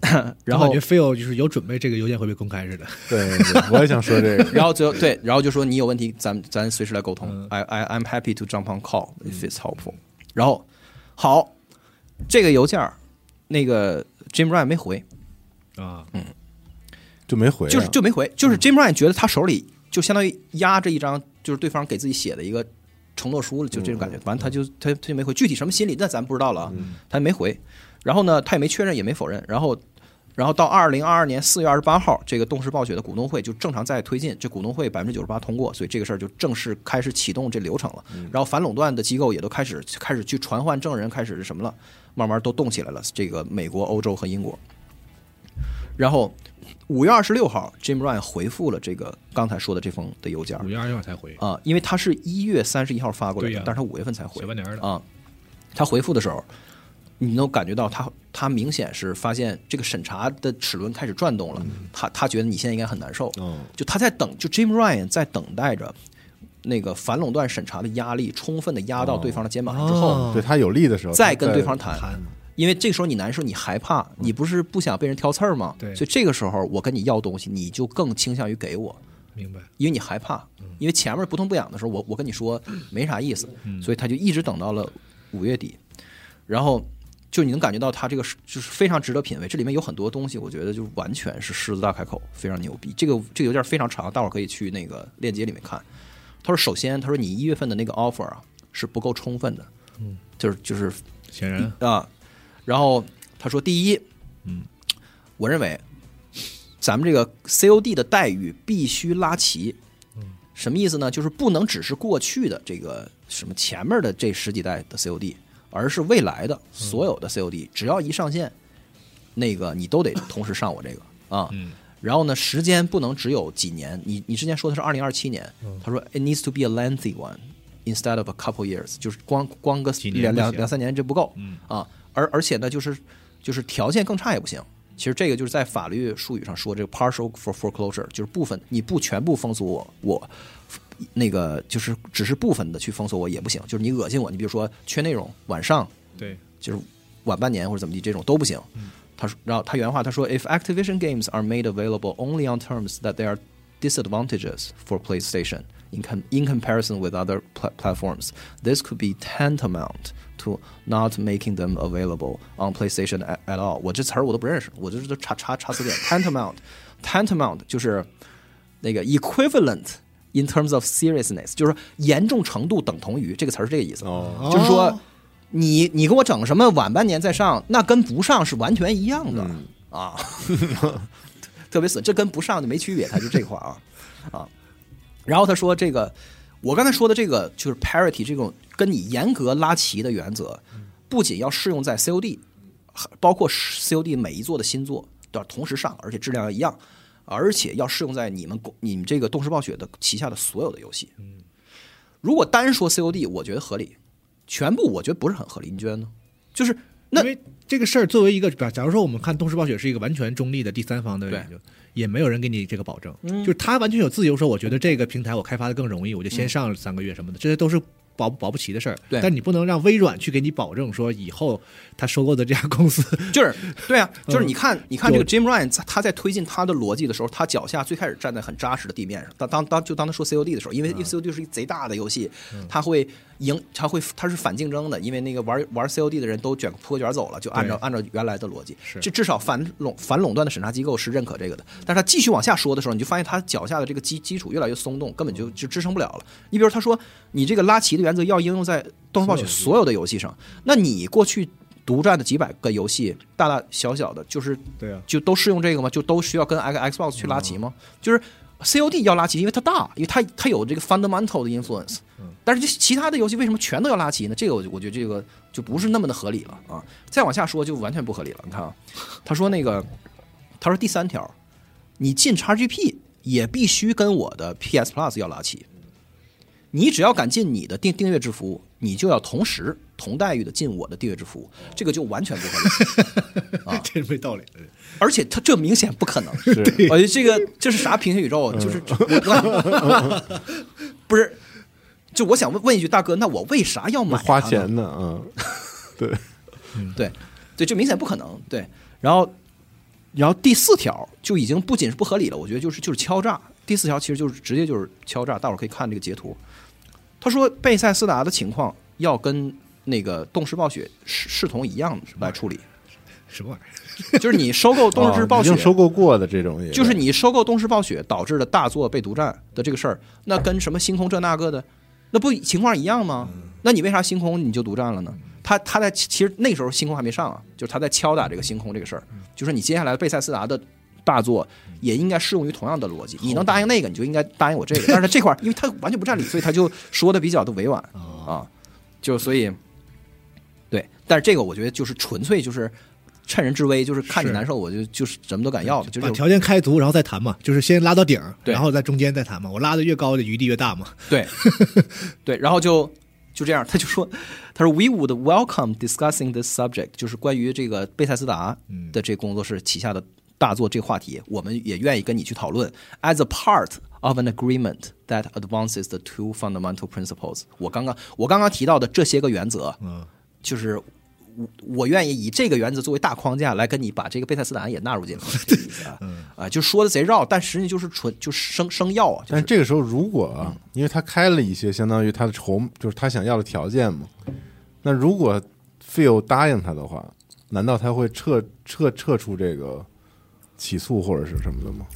然后
我感觉 Phil 就是有准备这个邮件会被公开似的，
对，对对我也想说这个，
然后最后对，然后就说你有问题，咱咱随时来沟通。I
嗯
I I'm happy to jump on call if it's helpful、然后好，这个邮件儿那个 Jim Ryan 没回，
啊，
嗯
就没回啊，
就是就没回，就是 Jim Ryan 觉得他手里就相当于压着一张就是对方给自己写的一个承诺书了，就这种感
嗯
觉。完，他就他他就没回，具体什么心理那咱不知道了啊，他没回。然后呢，他也没确认，也没否认。然后，然后到二零二二年四月二十八号，这个动视暴雪的股东会就正常在推进，这股东会百分之九十八通过，所以这个事儿就正式开始启动这流程了。然后反垄断的机构也都开始开始去传唤证人，开始是什么了，慢慢都动起来了。这个美国、欧洲和英国。然后五月二十六号，Jim Ryan 回复了这个刚才说的这封的邮件
五月二十号才回，
啊，因为他是一月三十一号发过来
对
的
呀，
但是他五月份才回
小半年儿的
啊。他回复的时候，你能感觉到他他明显是发现这个审查的齿轮开始转动了，
嗯
他他觉得你现在应该很难受，
哦
嗯
就他在等，就 Jim Ryan 在等待着那个反垄断审查的压力充分的压到对方的肩膀上之后，
哦
对他有利的时候，
再
他
跟对方谈，因为这个时候你难受，你害怕，你不是不想被人挑刺儿吗？
嗯对
所以这个时候我跟你要东西，你就更倾向于给我，
明白，
因为你害怕，因为前面不痛不痒的时候，我我跟你说没啥意思，所以他就一直等到了五月底，然后就你能感觉到它这个是就是非常值得品味。这里面有很多东西，我觉得就完全是狮子大开口，非常牛逼。这个这个有点非常长，大伙儿可以去那个链接里面看。他说，首先他说你一月份的那个 offer 啊是不够充分的，嗯，就是就是
显然
啊。然后他说，第一，嗯，我认为咱们这个 COD 的待遇必须拉齐。什么意思呢？就是不能只是过去的这个什么前面的这十几代的 COD，而是未来的所有的 COD，、只要一上线，那个你都得同时上我这个啊。
嗯
然后呢，时间不能只有几年。你你之前说的是二零二七年，
嗯
他说 it needs to be a lengthy one instead of a couple years，就是光光个
几年不
两两
行嗯
两三年这不够，啊，而而且呢，就是就是条件更差也不行。其实这个就是在法律术语上说这个 partial for foreclosure，就是部分你不全部封锁我，我那个就是只是部分的去封锁我也不行，就是你恶心我，你比如说缺内容，晚上
对
就是晚半年或者怎么地这种都不行。他说，然后他原话他说，If Activision games are made available only on terms that they are disadvantages for PlayStation in com in comparison with other pla platforms, this could be tantamount to not making them available on PlayStation at, at all。我这词儿我都不认识，我这是查查查词典。tantamount tantamount 就是那个 equivalent。In terms of seriousness，就是说严重程度等同于这个词儿是这个意思，
哦
就是说你你给我整什么晚半年再上，那跟不上是完全一样的、啊，特别损，这跟不上就没区别，他就这话啊啊。然后他说这个，我刚才说的这个就是 parity 这种跟你严格拉齐的原则，不仅要适用在 COD，包括 COD 每一座的新作都要同时上，而且质量要一样，而且要适用在你们公你们这个动视暴雪的旗下的所有的游戏。如果单说 COD，我觉得合理，全部我觉得不是很合理，你觉得呢？就是那
因为这个事儿作为一个，假假如说我们看《东视暴雪》是一个完全中立的第三方的
对嗯
研究，也没有人给你这个保证，就是他完全有自由说，我觉得这个平台我开发的更容易，我就先上三个月什么的，这些都是。保保不齐的事儿，
嗯对
但你不能让微软去给你保证说以后他收购的这家公 司，
就是对啊，就是你看，你看这个
有
Jim Ryan，在他在推进他的逻辑的时候，他脚下最开始站在很扎实的地面上。当当当，就当他说 COD 的时候，因为因为 COD 是一贼大的游戏，他会赢，他会他是反竞争的，因为那个玩玩 COD 的人都卷铺盖卷走了，就按照
对
按照原来的逻辑，
是
这至少反垄反垄断的审查机构是认可这个的。但是他继续往下说的时候，你就发现他脚下的这个基基础越来越松动，根本就就支撑不了了。你比如他说，你这个拉齐的原则要应用在《动视暴雪》所有的游戏上，那你过去独占的几百个游戏，大大小小的，就是
对啊，
就都适用这个吗？就都需要跟 X Xbox 去拉齐吗？就是 COD 要拉齐，因为它大，因为它它有这个 fundamental 的 influence。但是这其他的游戏为什么全都要拉齐呢？这个我就我觉得这个就不是那么的合理了啊！再往下说就完全不合理了。你看啊，他说那个，他说第三条，你进 XGP 也必须跟我的 PS Plus 要拉齐。你只要敢进你的订订阅制服务，你就要同时同待遇的进我的订阅制服务，这个就完全不合理。
这是没道理呃的。
而且他这明显不可能， 我觉得这个这是啥平行宇宙？啊就是
嗯
我不是？就我想问问一句，大哥，那我为啥要买它呢
花钱呢， 嗯，对，
对对，这明显不可能。对，然后然后第四条就已经不仅是不合理了，我觉得就是就是敲诈。第四条其实就是直接就是敲诈，大伙儿可以看这个截图。他说贝塞斯达的情况要跟那个动视暴雪视视同一样来 处理，
什么玩意
就是你收购动视暴雪，
哦哦已经收购过的这种也
就是你收购东视暴雪导致的大作被独占的这个事儿，那跟什么星空这那个的，那不情况一样
嗯
吗？那你为啥星空你就独占了呢？他他在其实那时候星空还没上啊，就是他在敲打这个星空这个事儿，
嗯
就是你接下来贝塞斯达的大作也应该适用于同样的逻辑，你能答应那个，你就应该答应我这个。但是他这块 儿，因为他完全不占理，所以他就说的比较的委婉
哦
啊，就所以对，但是这个我觉得就是纯粹就是趁人之危，就是看你
是
难受我就就是什么都敢要的，
儿？
就这
把
种
条件开足，然后再谈嘛，就是先拉到顶儿，
对
然后在中间再谈嘛。我拉的越高的余地越大嘛。
对，对，然后就就这样，他就说，他说 We would welcome discussing this subject，就是关于这个贝塞斯达嗯的这工作室旗下的大作这个话题，我们也愿意跟你去讨论，as a part of an agreement that advances the two fundamental principles。我刚刚我刚刚提到的这些个原则，
嗯，
就是。我我愿意以这个原则作为大框架来跟你把这个贝塞斯达也纳入进来，这个意思啊，啊，就说的贼绕，但实际就是纯就是生生药啊，就
但
是
是这个时候，如果啊，
嗯
因为他开了一些相当于他的筹，就是他想要的条件嘛，那如果 Phil 答应他的话，难道他会撤撤撤出这个起诉或者是什么的吗？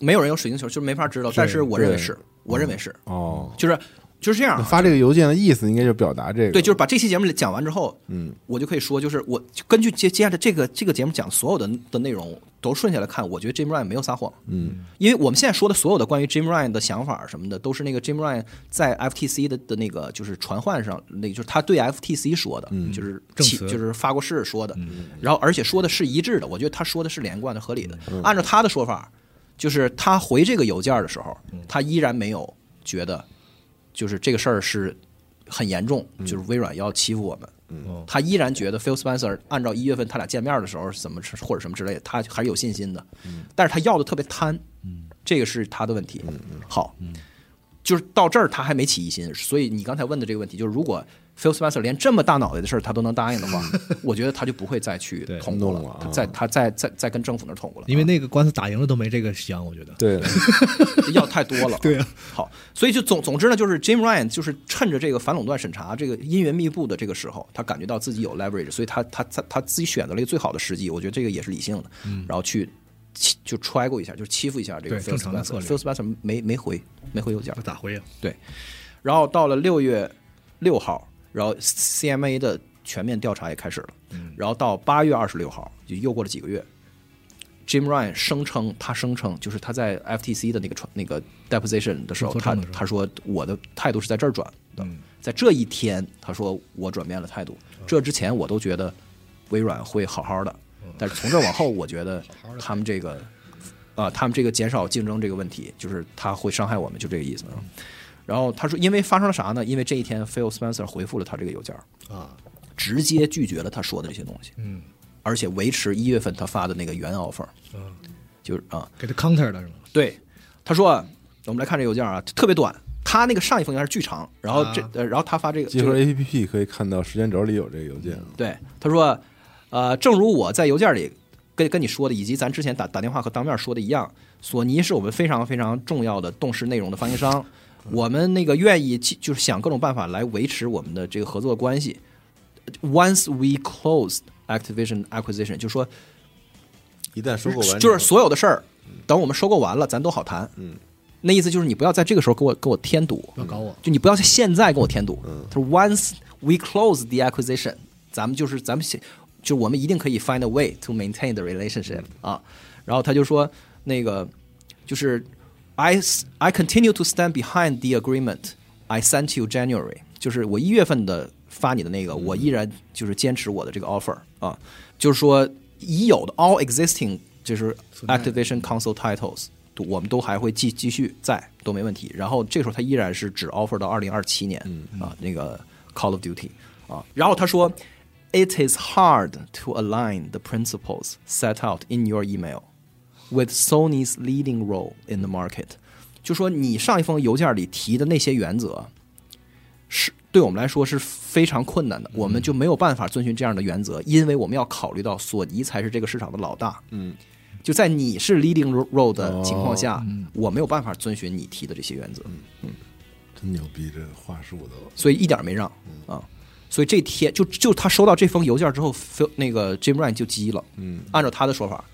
没有人有水晶球，就是没法知道。但是我认为
对
是，我认为是，
哦，
就是就是这样
那
啊。
发这个邮件的意思应该就表达这个，
对，就是把这期节目讲完之后，
嗯，
我就可以说，就是我根据接接下来这个这个节目讲所有的的内容都顺下来看，我觉得 Jim Ryan 没有撒谎，
嗯，
因为我们现在说的所有的关于 Jim Ryan 的想法什么的，都是那个 Jim Ryan 在 FTC 的的那个就是传唤上，那个就是他对 FTC 说的，
嗯
就是
证
起
词嗯
就是发过誓说的，然后而且说的是一致的，我觉得他说的是连贯的、合理的。
嗯
按照他的说法，就是他回这个邮件的时候，
嗯
他依然没有觉得就是这个事儿是很严重，
嗯
就是微软要欺负我们。
哦
他依然觉得 Phil Spencer 按照一月份他俩见面的时候是怎么是或者什么之类的，他还是有信心的。
嗯
但是他要的特别贪，这个是他的问题。
嗯
好，就是到这儿他还没起疑心，所以你刚才问的这个问题，就是如果 Phil Spencer 连这么大脑袋的事儿他都能答应的 话，我觉得他就不会再去
对
捅咕
弄了啊
了，他再他再再再跟政府那儿捅咕了，
因为那个官司打赢了都没这个香，我觉得。
对，
要太多了。
对啊，
好，所以就总总之呢，就是 Jim Ryan 就是趁着这个反垄断审查这个阴云密布的这个时候，他感觉到自己有 leverage，所以他他他他自己选择了一个最好的时机，我觉得这个也是理性的，然后去欺就揣过一下，就欺负一下这个
嗯对
Phil
正常的策
Spencer。
略
Phil Spencer 没没回没回邮件
那，咋回啊呀？
对，然后到了六月六号，然后 CMA 的全面调查也开始了，然后到八月二十六号，就又过了几个月。Jim Ryan 声称，他声称就是他在 FTC 的那个传那个 deposition 的时候，
做
他
证的时候
他说我的态度是在这儿转的
嗯，
在这一天，他说我转变了态度。这之前我都觉得微软会好好的，但是从这往后，我觉得他们这个啊、他们这个减少竞争这个问题，就是他会伤害我们，就这个意思。
嗯
然后他说，因为发生了啥呢？因为这一天，Phil Spencer 回复了他这个邮件儿，
啊，
直接拒绝了他说的这些东西，
嗯，
而且维持一月份他发的那个原 offer，
啊，
就是啊，
给他 counter 了是吗？
对，他说，我们来看这邮件啊，特别短，他那个上一封邮件是巨长，然后这
啊，
呃然后他发这个，
集
这
合
个
A P P 可以看到时间轴里有这个邮件，
对，他说，呃，正如我在邮件里跟跟你说的，以及咱之前打打电话和当面说的一样，索尼是我们非常非常重要的动视内容的发行商，我们那个愿意继就是想各种办法来维持我们的这个合作关系。Once we closed Activision acquisition，就说
一旦收购完
就是所有的事儿，等我们收购完了，咱都好谈。
嗯，
那意思就是你不要在这个时候给我给我添堵。
不要搞我。
就你不要在现在跟我添堵。他说，Once we close the acquisition，咱们就是咱们写，就我们一定可以 find a way to maintain the relationship 啊。然后他就说，那个就是 I I continue to stand behind the agreement I sent you January，就是我一月份的发你的那个，我依然就是坚持我的这个 offer 啊，就是说已有的 all existing 就是 Activation Console titles，都我们都还会继继续在都没问题。然后这时候他依然是只 offer 到二零二七年、啊那个 Call of Duty 啊，然后他说。It is hard to align the principles set out in your email with Sony's leading role in the market，就说你上一封邮件里提的那些原则，是对我们来说是非常困难的，我们就没有办法遵循这样的原则，因为我们要考虑到索尼才是这个市场的老大。嗯，就在你是 leading role
哦
的情况下，
嗯
我没有办法遵循你提的这些原则，
真牛逼，这话术都
所以一点儿没让
嗯
啊。所以这天就就他收到这封邮件之后，Phil- 那个 Jim Ryan 就急了。嗯，按照他的说法，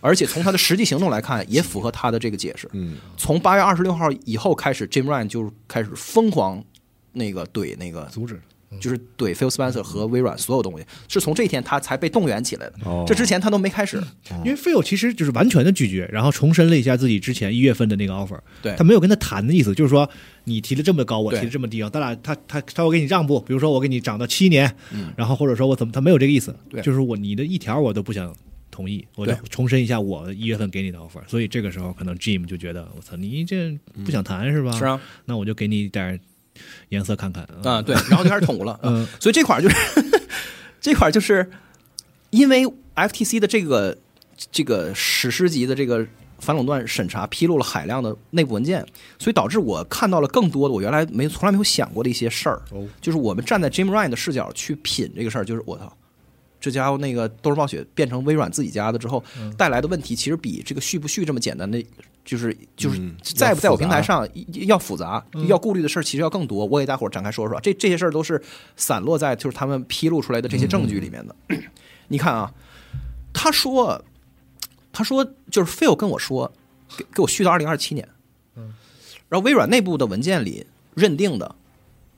而且从他的实际行动来看，也符合他的这个解释。
嗯，
从八月二十六号以后开始，Jim Ryan 就开始疯狂那个怼那个
阻止了。
嗯
就是怼 Phil Spencer 和微软所有东西，是从这一天他才被动员起来的。
哦嗯
这之前他都没开始。
因为 Phil 其实就是完全的拒绝，然后重申了一下自己之前一月份的那个 offer，
对
他没有跟他谈的意思，就是说你提的这么高，我
对
提的这么低啊，咱俩他他他会给你让步，比如说我给你涨到七年，然后或者说我怎么，他没有这个意思，
嗯对
就是我你的一条我都不想同意，我就
对
重申一下我一月份给你的 offer，所以这个时候可能 Jim 就觉得我操你这不想谈是吧？
是啊，
那我就给你点儿颜色看看啊，
啊，对，然后就开始捅咕了。
嗯
嗯，所以这块儿就是 这块儿就是因为 FTC 的这个这个史诗级的这个反垄断审查披露了海量的内部文件，所以导致我看到了更多的我原来没从来没有想过的一些事儿。
哦
就是我们站在 Jim Ryan 的视角去品这个事儿，就是我操。这家伙那个都是暴雪变成微软自己家的之后
嗯
带来的问题，其实比这个续不续这么简单的，就是就是
嗯
在不在我平台
要复杂嗯
上。上要复杂，要顾虑的事儿其实要更多。我给大
嗯
伙儿展开说说，这这些事儿都是散落在就是他们披露出来的这些证据里面的。你看啊，他说，他说就是 Phil 跟我说，给给我续到二零二七年。
嗯
然后微软内部的文件里认定的，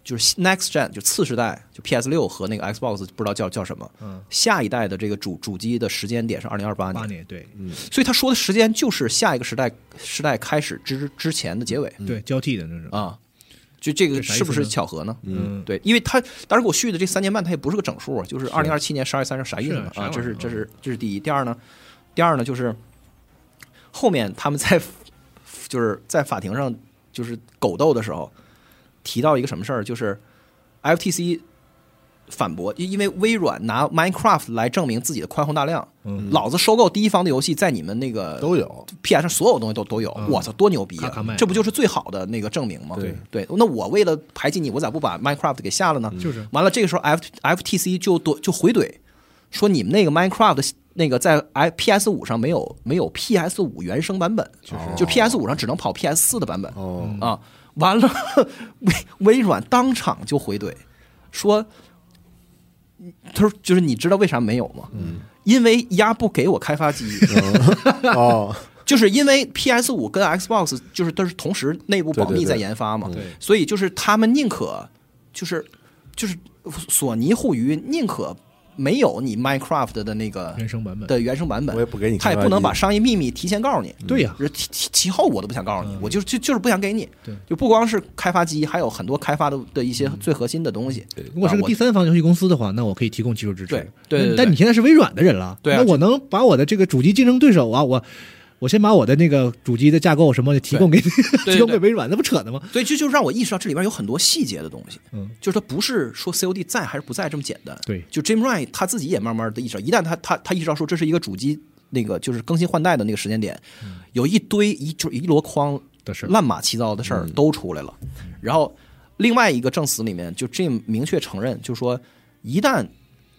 就是 Next Gen 就次世代，就 PS 六和那个 Xbox 不知道叫叫什么，
嗯，
下一代的这个主主机的时间点是二零二八
啊八
年，
年对
所以他说的时间就是下一个时代时代开始之之前的结尾
对交替的那种，
啊。就这个
嗯这啥意思呢
是不是巧合呢？
嗯，
对，因为他当时给我续的这三年半，它也不是个整数啊，就是二零二七年十二月三十啥意思呢？
是
啊，
啥玩意儿
这是这是这是第一。第二呢，第二呢就是后面他们在就是在法庭上就是狗斗的时候提到一个什么事儿，就是 FTC 反驳，因因为微软拿 Minecraft 来证明自己的宽宏大量，
嗯
老子收购第一方的游戏在你们那个
呃都有，
PS 上所有东西都都有，
嗯
我操，多牛逼
咔咔
啊
卖！
这不就是最好的那个证明吗？
对
那我为了排挤你，我咋不把 Minecraft 给下了呢？
就是
完了，这个时候 F FTC 就多就回怼说你们那个 Minecraft 的那个在 I PS 五上没有没有 PS 五原生版本，就是就 PS 五上只能跑 PS 四的版本、
哦，
啊。完了， 微微软当场就回怼说，他说就是你知道为啥没有吗？因为鸭不给我开发机。
哦，
就是因为 PS 五跟 Xbox 就是都是同时内部保
对对
密
对
在研发嘛，
对
所以就是他们宁可就是就是索尼互娱，宁可没有你 Minecraft 的那个
原生版本，
的原生版本，
我也不给你
他也
开发
不能
机
把商业秘密提前告诉你。
对呀
就是其其其后我都不想告诉你，我就就就是不想给你。
对
就不光是开发机，还有很多开发的的一些最核心的东西。
如果是个
啊我
第三方游戏公司的话，那我可以提供技术支持。
对对对对
但你现在是微软的人了，
对啊
那我能把我的这个主机竞争对手啊，我我先把我的那个主机的架构什么的提供给
对
提供给微软，那不扯的吗？
所以这就让我意识到这里边有很多细节的东西，
嗯，
就是它不是说 COD 在还是不在这么简单，
对
就 Jim Ryan 他自己也慢慢的意识到，一旦他他他意识到说这是一个主机那个就是更新换代的那个时间点，有一堆一就是一箩筐
嗯的事儿嗯
乱码七糟的事儿都出来了，然后另外一个证词里面就 Jim 明确承认，就说一旦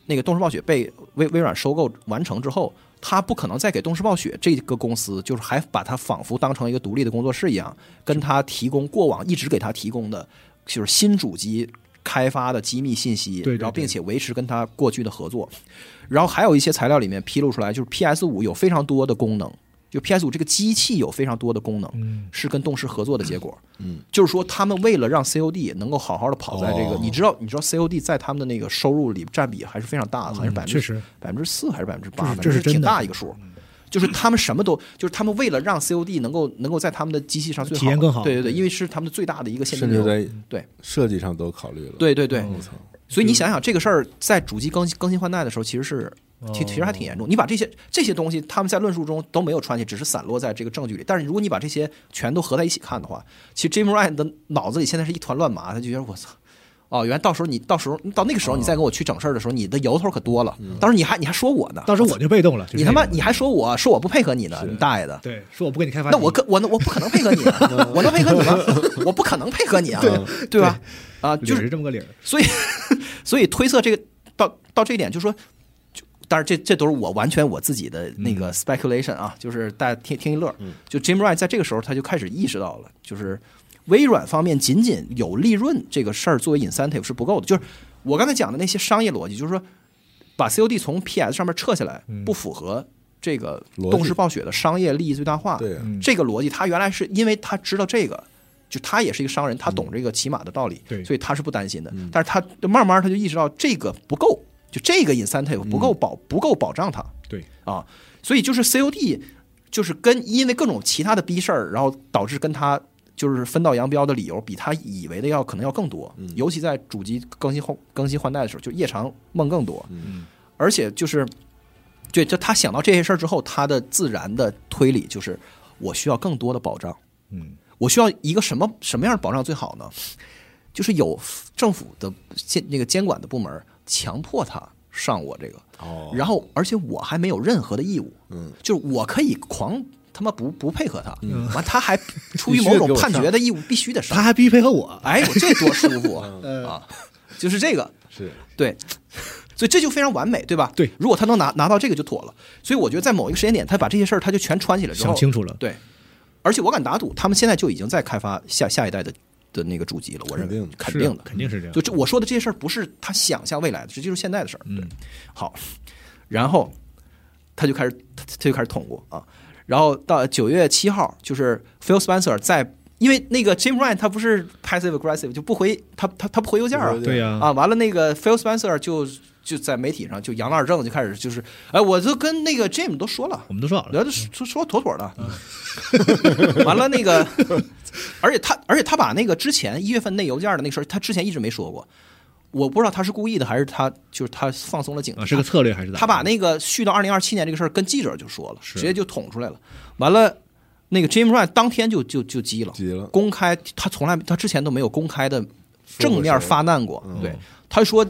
那个动视暴雪被微微软收购完成之后，他不可能再给动视暴雪这个公司，就是还把它仿佛当成一个独立的工作室一样，跟他提供过往一直给他提供的就是新主机开发的机密信息，
对对
然后
对
并且维持跟他过去的合作。然后还有一些材料里面披露出来，就是 PS 五有非常多的功能，就 PS 五这个机器有非常多的功能、
嗯
是跟动视合作的结果。嗯，就是说他们为了让 COD 能够好好的跑在这个，
哦
你知道，你知道 COD 在他们的那个收入里占比还是非常大的，好像是百分
嗯确
之
实
百分之四还是百分之
这是
八，反
这
正
是
是挺
真的嗯
大一个数。就是他们什么都，就是他们为了让 COD 能够能够在他们的机器上最好
体验更好嗯
对对对，因为是他们最大的一个现金
甚至
流。
在
对
设计上都考虑了。，
对对对，
哦
我操，
所以你想想这个事儿，在主机更新更新换代的时候，其实是其其实还
哦
挺严重。你把这些这些东西，他们在论述中都没有穿起，只是散落在这个证据里。但是如果你把这些全都合在一起看的话，其实 Jim Ryan 的脑子里现在是一团乱麻，他就觉得我操。哦，原来到时候你到时候到那个时
哦
候你再跟我去整事儿的时候，你的由头可多了。到时候你还你还说我呢，
嗯到时候我就被动了，就是
啊你他妈
这种
你还说我说我不配合你呢，你大爷的！
对，说我不给你开发，
那我可我能我不可能配合你 啊，我能配合你吗？ 我不可能配合你啊，对吧？啊，
就
就是
是这么个理儿，
所以 所以推测这个到到这一点，就说，就当然这这都是我完全我自己的那
嗯
个 speculation 啊，就是大家听听一乐儿。就 Jim Ryan 在这个时候他就开始意识到了，就是微软方面仅仅有利润这个事儿作为 incentive 是不够的，就是我刚才讲的那些商业逻辑，就是说把 COD 从 PS 上面撤下来，不符合。这个
嗯逻辑
动视暴雪的商业利益最大化，
对啊
这个逻辑，他原来是因为他知道这个，就他也是一个商人，他懂这个骑马的道理，
对
所以他是不担心的。但是他慢慢他就意识到这个不够，就这个 incentive 不够保、不够保障他
对，
啊，所以就是 COD 就是跟因为各种其他的逼事儿，然后导致跟他。就是分道扬镳的理由比他以为的要可能要更多，尤其在主机更新后更新换代的时候，就夜长梦更多。
嗯
而且就是，对，就他想到这些事儿之后，他的自然的推理就是，我需要更多的保障。
嗯，
我需要一个什么什么样的保障最好呢？就是有政府的监那个监管的部门强迫他上我这个，
哦，
然后而且我还没有任何的义务，
嗯，
就是我可以狂他妈不不配合他，完他还 出于某种判决的义务必须得
他
上，
还必须配合我，
哎，我这多舒服 啊！
嗯
啊就是这个，
是
对，所以这就非常完美，对吧？
对
如果他能拿拿到这个就妥了。所以我觉得在某一个时间点，他把这些事儿他就全串起来之后，
想清楚了，
对，而且我敢打赌，他们现在就已经在开发下下一代的的那个主机了，我认为
肯定
肯
是
定
啊
的。
肯定是这样，
就这我说的这些事儿，不是他想象未来的，这就是现在的事儿。对，好，然后他就开始他他就开始捅咕啊。然后到九月七号，就是 Phil Spencer 在，因为那个 Jim Ryan 他不是 passive aggressive 就不回他他他不回邮件啊
不回，
对呀、
啊，完了那个 Phil Spencer 就就在媒体上就扬了二正，就开始就是，哎，我就跟那个 Jim 都说了。
我们都说好了，
聊的说说妥妥的， 完了那个，而且他而且他把那个之前一月份那邮件的那事儿，他之前一直没说过，我不知道他是故意的还是他就是他放松了警
啊，
惕，
是个策略还是咋？
他把那个续到二零二七年这个事儿跟记者就说了，
是
直接就捅出来了。完了，那个 Jim Ryan 当天就就就急了，
急了
公开他从来他之前都没有公开的正面发难过，
嗯
对，他说。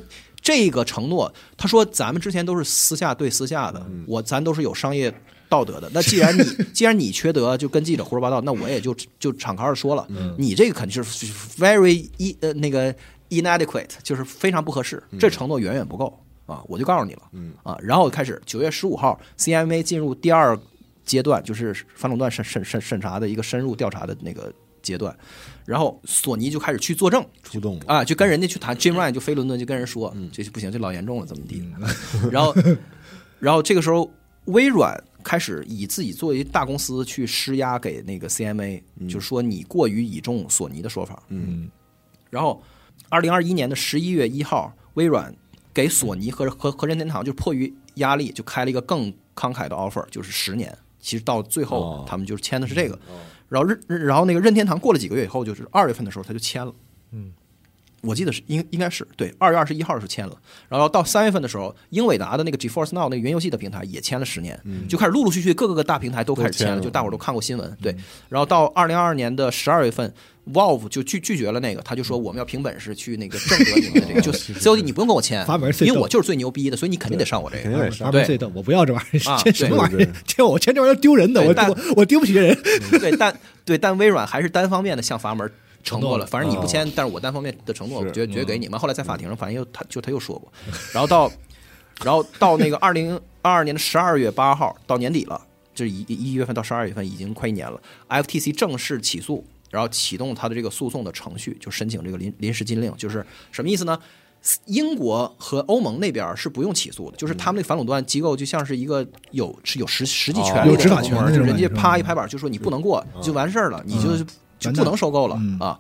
这个承诺，他说咱们之前都是私下对私下的，我咱都是有商业道德的。那既然你既然你缺德，就跟记者胡说八道，那我也就就敞开了说了，你这个肯定是 very i 呃那个 inadequate，就是非常不合适，这承诺远远不够啊！我就告诉你了，啊，然后开始九月十五号，CMA 进入第二阶段，就是反垄断审审审审查的一个深入调查的那个阶段，然后索尼就开始去作证
出动了，
啊，就跟人家
嗯
去谈，Jim Ryan 就飞伦敦就跟人说，这不行，这老严重了，怎么地？
嗯
然后，然后这个时候微软开始以自己作为大公司去施压给那个 CMA，、就说你过于倚重索尼的说法，
嗯，
然后，二零二一年的十一月一号，微软给索尼和和和任天堂就迫于压力，就开了一个更慷慨的 offer，就是十年。其实到最后
哦，嗯
他们就是签的是这个。然后任然后那个任天堂过了几个月以后，就是二月份的时候他就签了。我记得是应应该是对，二月二十一号是签了，然后到三月份的时候，英伟达的那个 GeForce Now 那个云游戏的平台也签了十年，就开始陆陆续续各个个大平台都开始
都
签
签了
就大伙儿都看过新闻，对。然后到二零二二年的十二月份，Valve 就拒拒绝了那个，他就说我们要凭本事去那个争夺你们的 这个，就是 COD 你不用跟我签
阀门，最
因
逗
为我就是最牛逼的，所以你肯定得上我这
肯
个。
定得
玩
上。
玩最逗，我不要这玩意儿，
啊
这什么玩意
对
儿
对？
这我签这玩意儿丢人的，
对
我
但
我我丢不起这人。
对，但对，但微软还是单方面的向阀门承诺了，反正你不
嗯
签，但是我单方面的承诺，我
是
绝绝给你们。后来在法庭上，反正又他就他又说过，然后到，然后到那个二零二二年的十二月八号到年底了，就是一一一月份到十二月份已经快一年了，FTC 正式起诉，然后启动他的这个诉讼的程序，就申请这个临临时禁令，就是什么意思呢？英国和欧盟那边是不用起诉的，就是他们那个反垄断机构就像是一个有是有实实际
哦
权利
有
的
执法
部
权
门
那
就
种
人家
感觉嗯
啪一拍板就说你不能过就完事儿了，你就就
完蛋
不能收购了
嗯
啊。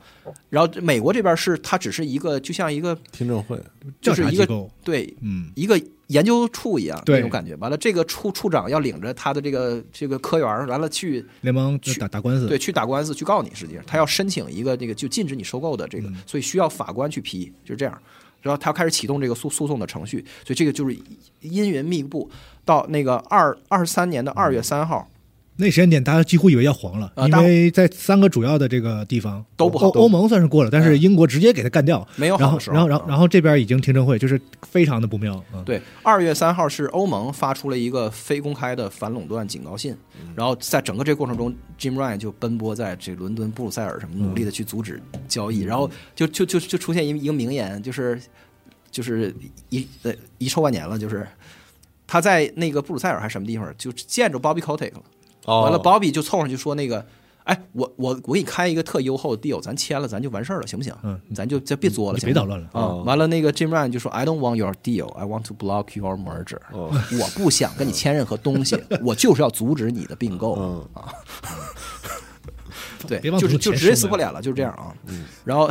然后这美国这边是它只是一个就像一个
听证会，
就
调
是
查
一
机
个
构，
对
嗯，
一个研究处一样
对
那种感觉。完了，这个处处长要领着他的这个这个科员儿，完了去
联邦
去
打打官司，
对去打官司去告你，实际上他要申请一个这个就禁止你收购的这个，
嗯
所以需要法官去批，就是这样。然后他开始启动这个诉诉讼的程序，所以这个就是阴云密布。到那个二二十三年的二月三号，
那时间点，大家几乎以为要黄了，
啊
因
大
为在三个主要的这个地方
都不好
欧欧盟算是过了，但是
嗯
英国直接给他干掉，
没有
然
好
后
的时候
然后然后
嗯
然后这边已经听证会，就是非常的不妙啊。
对，二月三号是欧盟发出了一个非公开的反垄断警告信，然后在整个这个过程中，Jim Ryan 就奔波在这伦敦、布鲁塞尔什么，努力的去阻止交易，然后就就就就出现一一个名言，就是就是遗呃遗臭万年了，就是他在那个布鲁塞尔还是什么地方，就见着 Bobby Kotick 了，
哦
完了，Bobby 就凑上去说那个。哎，我我我给你开一个特优厚的 deal，咱签了，咱就完事儿了，行不行？
嗯
咱就就别作了，
你
行
别
吗
捣乱了
啊、
哦
完了，那个 Jim Ryan 就说：“I don't want your deal, I want to block your merger。
哦
我不想跟你签任何 东西，我就是要阻止你的并购。
嗯，
对，
别忘
就是
从
就
前
直接
说
撕破
呀
脸了，就是这样啊。
嗯
然后，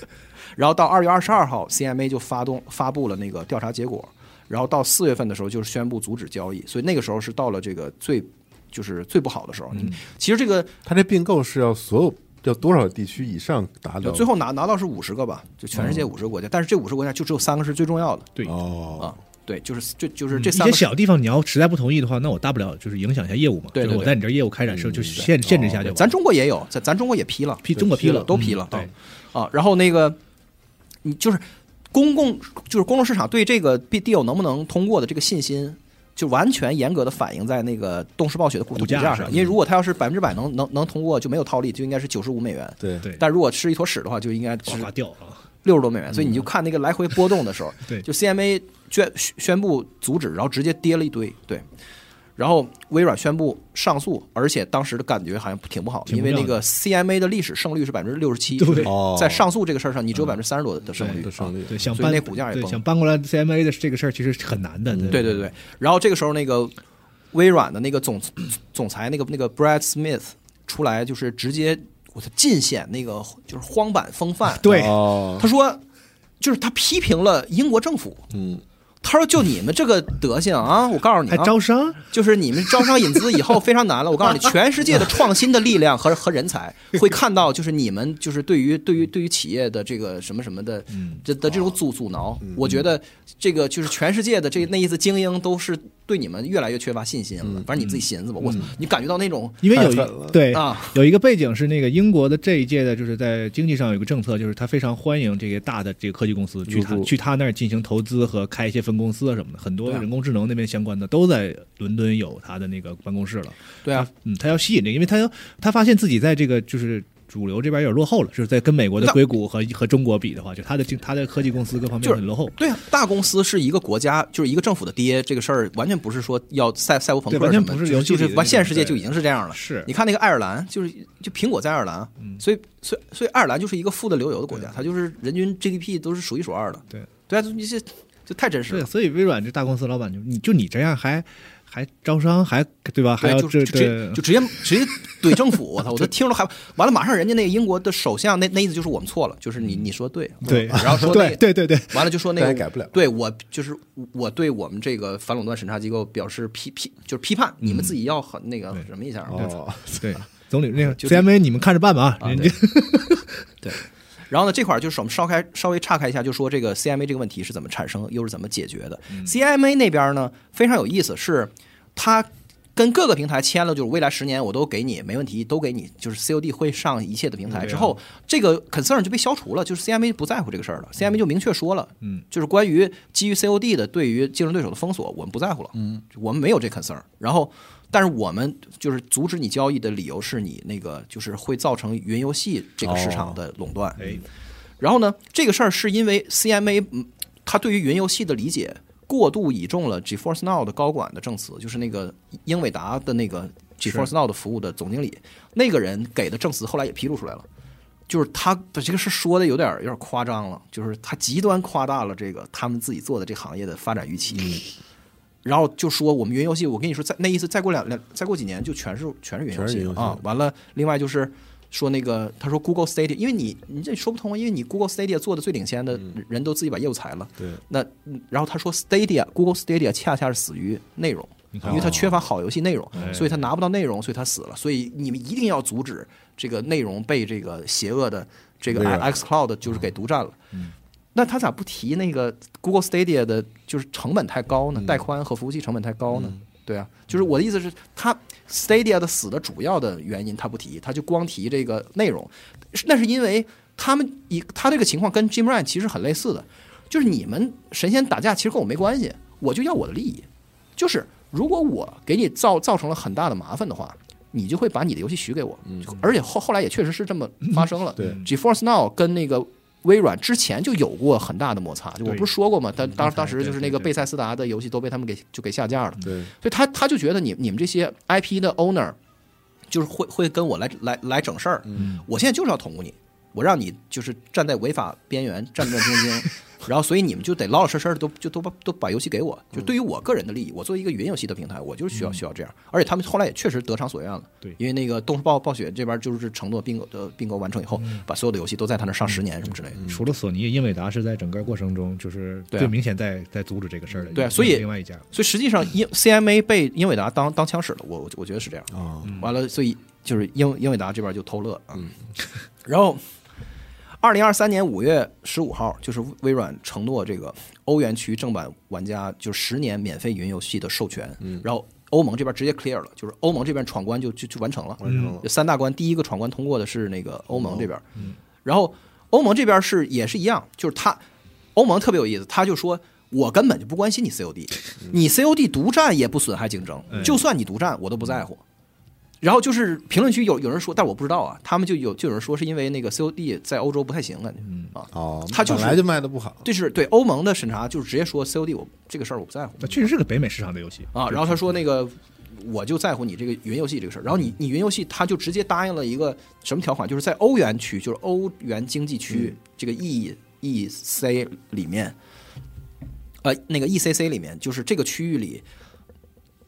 然后到二月二十二号，CMA 就发动发布了那个调查结果，然后到四月份的时候就是宣布阻止交易，所以那个时候是到了这个最就是最不好的时候。
嗯
你其实这个
他这并购是要所有要多少地区以上达
就
到？
最后拿拿到是五十个吧，就全世界
嗯
五十个国家，但是这五十个国家就只有三个是最重要的
对，
哦
啊。对，就是就就是
嗯
这
一
三
些
个是
小地方你要实在不同意的话，那我大不了就是影响一下业务嘛，
对对
就是我
对哦
在你这儿业务开展时候就限限制一下就完了。
咱中国也有，咱咱中国也批了，
批中国批了，
都
嗯
批了，
对，
啊，然后那个你就是公共就是公众市场对这个 B deal 能不能通过的这个信心。就完全严格的反映在那个动视暴雪的股
股价
价
上嗯
因为如果它要是百分之百能能能通过，就没有套利，就应该是九十五美元。
对
对，
但如果是一坨屎的话，就应该
哗
是嗯
哗掉啊，
六十多美元。所以你就看那个来回波动的时候，
对
就 CMA 宣宣布阻止，然后直接跌了一堆，对。然后微软宣布上诉，而且当时的感觉好像挺不好，
挺
因
不
为那
妙的
个 CMA 的历史胜率是百分之六十七，
对嗯
哦
在上诉这个事儿上，你只有百分之三十多的胜率
对的。胜率
对，想
所以
搬
那股价也
对
崩嗯
想搬过来 CMA 的这个事儿其实很难的。
对对对，然后这个时候那个微软的那个总总裁那个那个 Brad Smith 出来，就是直接我操尽显那个就是荒坂风范。
对
哦，
他说就是他批评了英国政府，
嗯，
他说就你们这个德行啊，我告诉你
还
啊，
招商，
就是你们招商引资以后非常难了。我告诉你，全世界的创新的力量和和人才会看到，就是你们就是对于对于对于企业的这个什么什么的这的这种阻阻挠，我觉得这个就是全世界的这那意思精英都是对你们越来越缺乏信心了。反正你自己寻思吧，我你感觉到那种
因为有
太狠
一
了
对
啊
有一个背景是那个英国的这一届的，就是在经济上有一个政策，就是他非常欢迎这些大的这个科技公司去他
入驻
去他那儿进行投资和开一些分公司啊什么的，很多
对啊
人工智能那边相关的都在伦敦有他的那个办公室了。
对啊，
嗯，他要吸引这个，因为他要他发现自己在这个就是。主流这边有点落后了，就是在跟美国的
那
硅谷和和中国比的话，就他的竞他的科技公司各方面
就是
很落后，
对啊，大公司是一个国家，就是一个政府的爹，这个事儿完全不是说要赛赛博朋克
对
什么
完
的，
全不是游戏
就
里
是
的那
完现
种
实界
对
就已经是这样了。
是嗯
你看那个爱尔兰，就是就苹果在爱尔兰，所以所以所以爱尔兰就是一个富得流油的国家，它就是人均 GDP 都是数一数二的。
对
对啊，就你这这太真实
对，
了。
所以微软这大公司老板就你就你这样还还招商还对吧？还
对啊，
要
就
这
就直
对嗯
接就直接直接怼政府， 我操！我都听着害怕。完了，马上人家那个英国的首相那那意思就是我们错了，就是你你说对
嗯 对，
然后说那
对对对对，
完了就说那
但
个
也改不了
对我就是我对我们这个反垄断审查机构表示批批，就是批判，你们自己要很那个
嗯对
什么一下啊。
哦，
对，总理那个
就
CMA 你们看着办吧啊，
啊
人
对
家
对。然后呢，这块儿就是我们稍开稍微岔开一下，就说这个 CMA 这个问题是怎么产生，又是怎么解决的。CMA
嗯
那边呢非常有意思，是它跟各个平台签了，就是未来十年我都给你，没问题，都给你，就是 COD 会上一切的平台之后，这个 concern 就被消除了，就是 CMA 不在乎这个事儿了，CMA 就明确说了，
嗯，
就是关于基于 COD 的对于竞争对手的封锁，我们不在乎了，嗯，我们没有这 concern。然后，但是我们就是阻止你交易的理由是你那个就是会造成云游戏这个市场的垄断，
哎，
然后呢，这个事儿是因为 CMA 嗯他对于云游戏的理解过度倚重了 GeForce Now 的高管的证词，就是那个英伟达的那个 GeForce Now 的服务的总经理，那个人给的证词后来也披露出来了。就是他把这个事说的有点有点夸张了，就是他极端夸大了这个他们自己做的这行业的发展预期，然后就说我们云游戏，我跟你说，再那意思再过两两再过几年就全是全是云游
全是
戏
云游戏
啊。完了，另外就是说那个他说 Google Stadia，因为你你这说不通啊，因为你 Google Stadia 做的最领先的人都自己把业务裁了，
对，
那嗯然后他说 Stadia Google Stadia 恰恰是死于内容，因为它缺乏好游戏内容，所以它拿不到内容，所以它死了。所以你们一定要阻止这个内容被这个邪恶的这个
微
X Cloud 就是给独占了。那他咋不提那个 Google Stadia 的就是成本太高呢？带宽和服务器成本太高呢？对啊，就是我的意思是，他 Stadia 的死的主要的原因他不提，他就光提这个内容，是那是因为他们以他这个情况跟 Jim Ryan 其实很类似的，就是你们神仙打架其实跟我没关系，我就要我的利益，就是如果我给你造造成了很大的麻烦的话。你就会把你的游戏许给我，
嗯
而且后后来也确实是这么发生了。
对
，GeForce Now 跟那个微软之前就有过很大的摩擦，就我
对
不是说过嘛，当当
刚才
当时就是那个
对对对
贝塞斯达的游戏都被他们给就给下架了，
对，
所以他他就觉得你你们这些 IP 的 owner 就是会会跟我来来来整事儿，我现在就是要捅咕你，我让你就是站在违法边缘战战兢兢。然后，所以你们就得老老实实的都就都把都把游戏给我，就对于我个人的利益，我作为一个云游戏的平台，我就是需要需要这样。而且他们后来也确实得偿所愿了，
对
因为那个动视暴暴雪这边就是承诺并购呃并购完成以后，把所有的游戏都在他那上十年什么之类的。
除了索尼，英伟达是在整个过程中就是
对啊
最明显在在阻止这个事儿的，
对啊所以
另外一家
所以实际上，英 CMA 被英伟达当当枪使了，我我觉得是这样。
哦，
完了，所以就是英英伟达这边就偷乐啊。然后，二零二三年五月十五号，就是微软承诺这个欧元区正版玩家就十年免费云游戏的授权，然后欧盟这边直接 clear 了，就是欧盟这边闯关就就就完成了，
完成了
这三大关，第一个闯关通过的是那个欧盟这边，然后欧盟这边是也是一样，就是他欧盟特别有意思，他就说。我根本就不关心你 COD，你 COD 独占也不损害竞争，就算你独占，我都不在乎。然后就是评论区有有人说，但我不知道啊，他们就有就有人说是因为那个 COD 在欧洲不太行感觉、啊，
哦，
他就是
本来就卖的不好，
这是对欧盟的审查，就是直接说 COD 我这个事儿我不在乎
那确实是个北美市场的游戏
啊。然后他说那个我就在乎你这个云游戏这个事儿。然后你你云游戏，他就直接答应了一个什么条款，就是在欧元区，就是欧元经济区这个 E E C 里面，呃，那个 E C C 里面，就是这个区域里，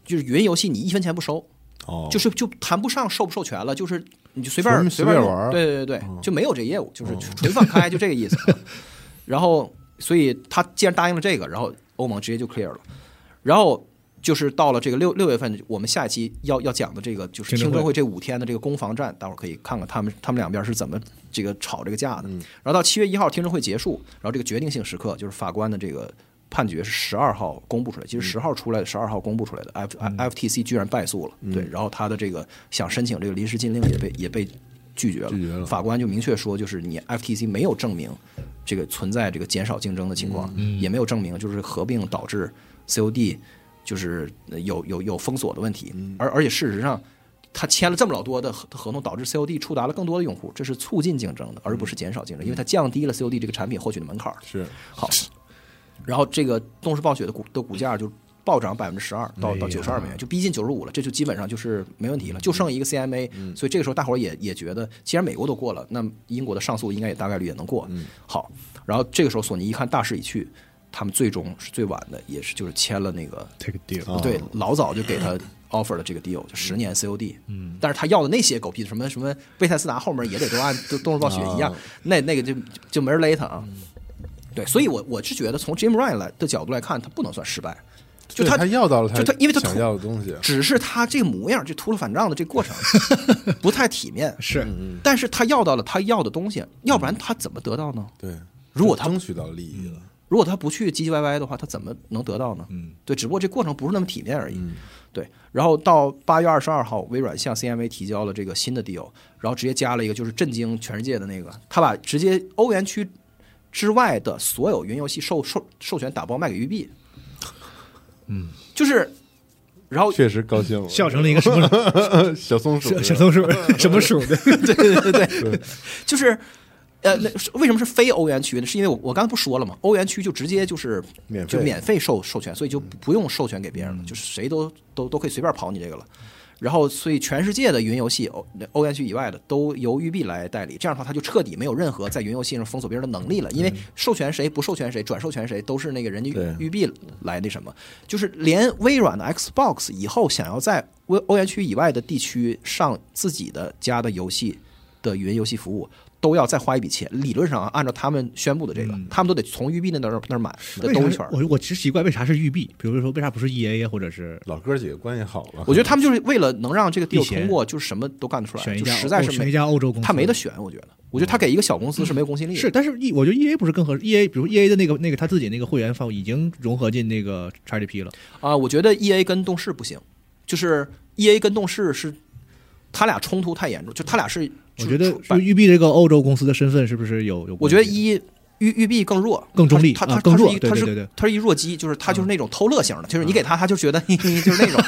就是云游戏你一分钱不收，
哦，
就是就谈不上授不授权了，就是你就随便
随随
随便
便
用
玩儿嗯哦
对对对对，就没有这业务，就是纯放开，就这个意 思。然后，所以他既然答应了这个，然后欧盟直接就 clear 了。然后就是到了这个六六月份，我们下一期要要讲的这个就是
听证
听
会
证会这五天的这个攻防战，待会儿可以看看他们他们两边是怎么这个吵这个架的。
嗯
然后到七月一号听证会结束，然后这个决定性时刻就是法官的这个判决是十二号公布出来，
嗯
其实十号出来的，十二号公布出来的 F 啊 F T C 居然败诉了，
嗯
对，然后他的这个想申请这个临时禁令也被也被拒绝了，
拒绝了
法官就明确说，就是你 FTC 没有证明这个存在这个减少竞争的情况，
嗯
也没有证明就是合并导致 COD 就是呃有有有封锁的问题，
嗯
而而且事实上。他签了这么老多的合合同，导致 COD 触达了更多的用户，这是促进竞争的，而不是减少竞争，因为它降低了 COD 这个产品获取的门槛儿。
是
好，然后这个动视暴雪的股的股价就暴涨百分之十二到到
哎呀
九十二美元，就逼近九十五了，这就基本上就是没问题了，就剩一个 CMA，、所以这个时候大伙儿也也觉得，既然美国都过了，那么英国的上诉应该也大概率也能过。好，然后这个时候索尼一看大势已去，他们最终是最晚的，也是就是签了那个
take a deal，、
哦
对，老早就给他 offer 了这个 deal，就十年 COD。嗯，但是他要的那些狗屁什么什么贝塞斯达后面也得都按都动物暴雪一样，那那个就就没人勒他啊。对，所以我我是觉得从 Jim Ryan 来的角度来看，他不能算失败，就
对
他
他要到了
就他因为他
想
图
要的东西，
只是他这个模样，这秃噜反账的这过程不太体 面，
是
但是他要到了他要的东西，要不然他怎么得到呢？
对，
如果他嗯
争取到利益了，
如果他不去唧唧歪歪的话，他怎么能得到呢？嗯，对，只不过这过程不是那么体面而已。对，然后到八月二十二号，微软向 CMA 提交了这个新的 deal，然后直接加了一个就是震惊全世界的那个，他把直接欧元区之外的所有云游戏授授授权打包卖给育碧。嗯，就是，然后
确实高兴了，
笑成了一个什么
小松鼠，
啊
什么 鼠什么鼠的？
对对对对，就是。呃，那是为什么是非欧元区呢？是因为我我刚才不说了嘛，欧元区就直接就是
免费
就免费授授权，所以就不用授权给别人了，就是谁都都都可以随便跑你这个了。然后，所以全世界的云游戏欧欧元区以外的都由育碧来代理，这样的话，它就彻底没有任何在云游戏上封锁别人的能力了，因为授权谁不授权谁，转授权谁都是那个人家
对
育碧来那什么，就是连微软的 Xbox 以后想要在欧欧元区以外的地区上自己的家的游戏的云游戏服务，都要再花一笔钱。理论上啊、按照他们宣布的这个，他们都得从育碧那那儿那儿买得
为
兜一
啥
圈儿？。
我我其实奇怪，为啥是育碧？比如说，为啥不是 E A 呀，或者是
老哥几个关系好了，
我觉得他们就是为了能让这个
避
deal
嫌
通过，就是什么都干得出来，
选一
就
家哦
实在是
选一
没
家欧洲公司？
他没得选。我觉得，我觉得他给一个小公司是没有公信力的。
是，但是 E 我觉得 E A 不是更合适？E A 比如 E A 的那个那个他自己那个会员范围已经融合进那个 x G P 了，
啊、我觉得 E A 跟动视不行，就是 E A 跟动视是他俩冲突太严重，就他俩是
我
就是
觉得
出
就育碧这个欧洲公司的身份是不是有有关系？
我觉得 E 一育育碧更弱，
更中立
他
啊
他
更弱对
他是
对对
一他
对嗯
是他是一弱鸡，就是他就是那种偷乐型的，就是你给他，他就觉得嘿嘿就是那种。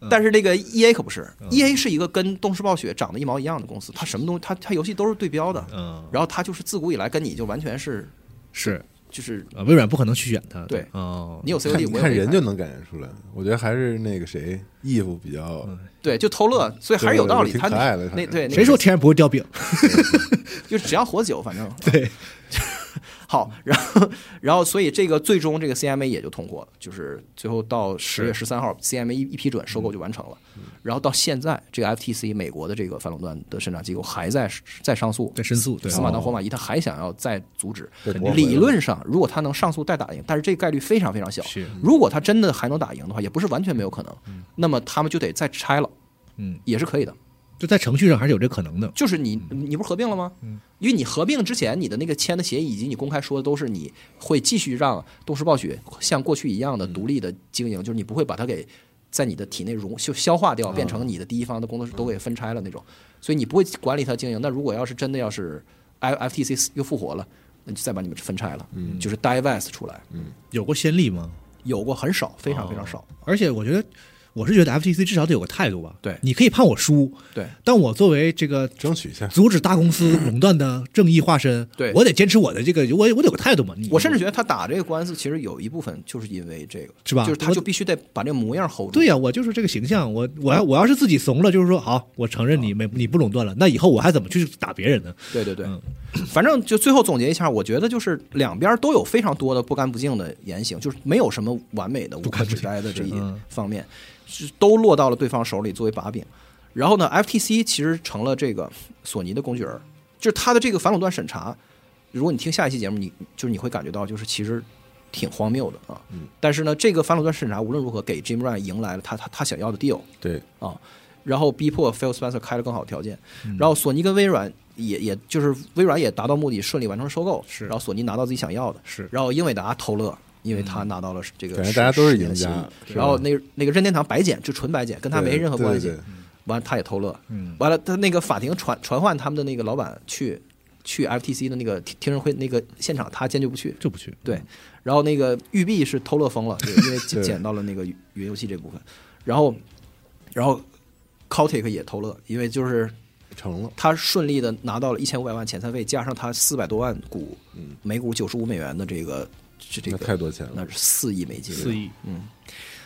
嗯
但是这个 E A 可不是，E A 是一个跟动视暴雪长得一毛一样的公司，它什么东西，它它游戏都是对标的，
嗯
然后它就是自古以来跟你就完全是
是
就是
啊，微软不可能去选他。
对
哦，
你有
看
COD，我有
看人
AI
就能感觉出来，我觉得还是那个谁义父比较
对就偷乐，所以还是有道理。
对
他
挺可爱的
那对那
谁
个
说天然不会掉饼？
就是只要活久，反正
对，
好，然后然后所以这个最终这个 CMA 也就通过了，就是最后到十月十三号 CMA 一一批准收
嗯
购就完成了，然后到现在这个 FTC 美国的这个反垄断的审查机构还在在上诉，
在申诉对
司马当活马医他还想要再阻止
对驳回，了
理论上如果他能上诉再打赢，但是这个概率非常非常小
是，
如果他真的还能打赢的话，也不是完全没有可能，那么他们就得再拆了，
嗯，
也是可以的。
就在程序上还是有这可能的。
就是你，你不是合并了吗？
嗯
因为你合并之前，你的那个签的协议以及你公开说的都是你会继续让动视暴雪像过去一样的独立的经
嗯
营，就是你不会把它给在你的体内融就消化掉，变成你的第一方的工作室都给分拆了那种，所以你不会管理它经营。那如果要是真的要是 I F T C 又复活了，那就再把你们分拆了，
嗯
就是 divest 出来，
有过先例吗？哦
有过很少，非常非常少。
而且我觉得，我是觉得 FTC 至少得有个态度吧。
对
你可以判我输，
对
但我作为这个
争取一下。
阻止大公 司垄断的正义化身，
对
我得坚持我的这个，我我得有个态度嘛。你
我甚至觉得他打这个官司，其实有一部分就是因为这个，
是吧
就是他就必须得把这个模样 hold 住。
对呀、我就是这个形象，我我要我要是自己怂了，就是说好，我承认你没你不垄断了，那以后我还怎么去打别人呢？
对对对，嗯反正就最后总结一下，我觉得就是两边都有非常多的不干不净的言行，就是没有什么完美的、无可指摘的这一
嗯
方面，是都落到了对方手里作为把柄。然后呢，FTC 其实成了这个索尼的工具人，就是它的这个反垄断审查。如果你听下一期节目，你就是你会感觉到，就是其实挺荒谬的啊。但是呢，这个反垄断审查无论如何给 Jim Ryan 迎来了他他他想要的 deal。
对，
啊，然后逼迫 Phil Spencer 开了更好的条件，
嗯
然后索尼跟微软也也就是微软也达到目的，顺利完成收购，
是
然后索尼拿到自己想要的，
是嗯
然后英伟达偷乐。因为他拿到了这个
感觉
十，
大家都是赢
十年
家
协议然后那个那个任天堂白捡，就纯白捡，跟他没
对
任何
对
关系
对。
完，他也偷乐
嗯，
完了他那个法庭传传唤他们的那个老板去去 FTC 的那个听听证会那个现场，他坚决不去。
就不
嗯
去。
对，然后那个玉璧是偷乐疯了，对因为捡
对
捡到了那个云云游戏这部分，然后然后 Cotic 也偷乐，因为就是
成了。
他顺利的拿到了一千五百万遣散费，加上他四百多万股每股九十五美元的这个这这
嗯那
个
太多钱了
那是四亿美金，
四亿，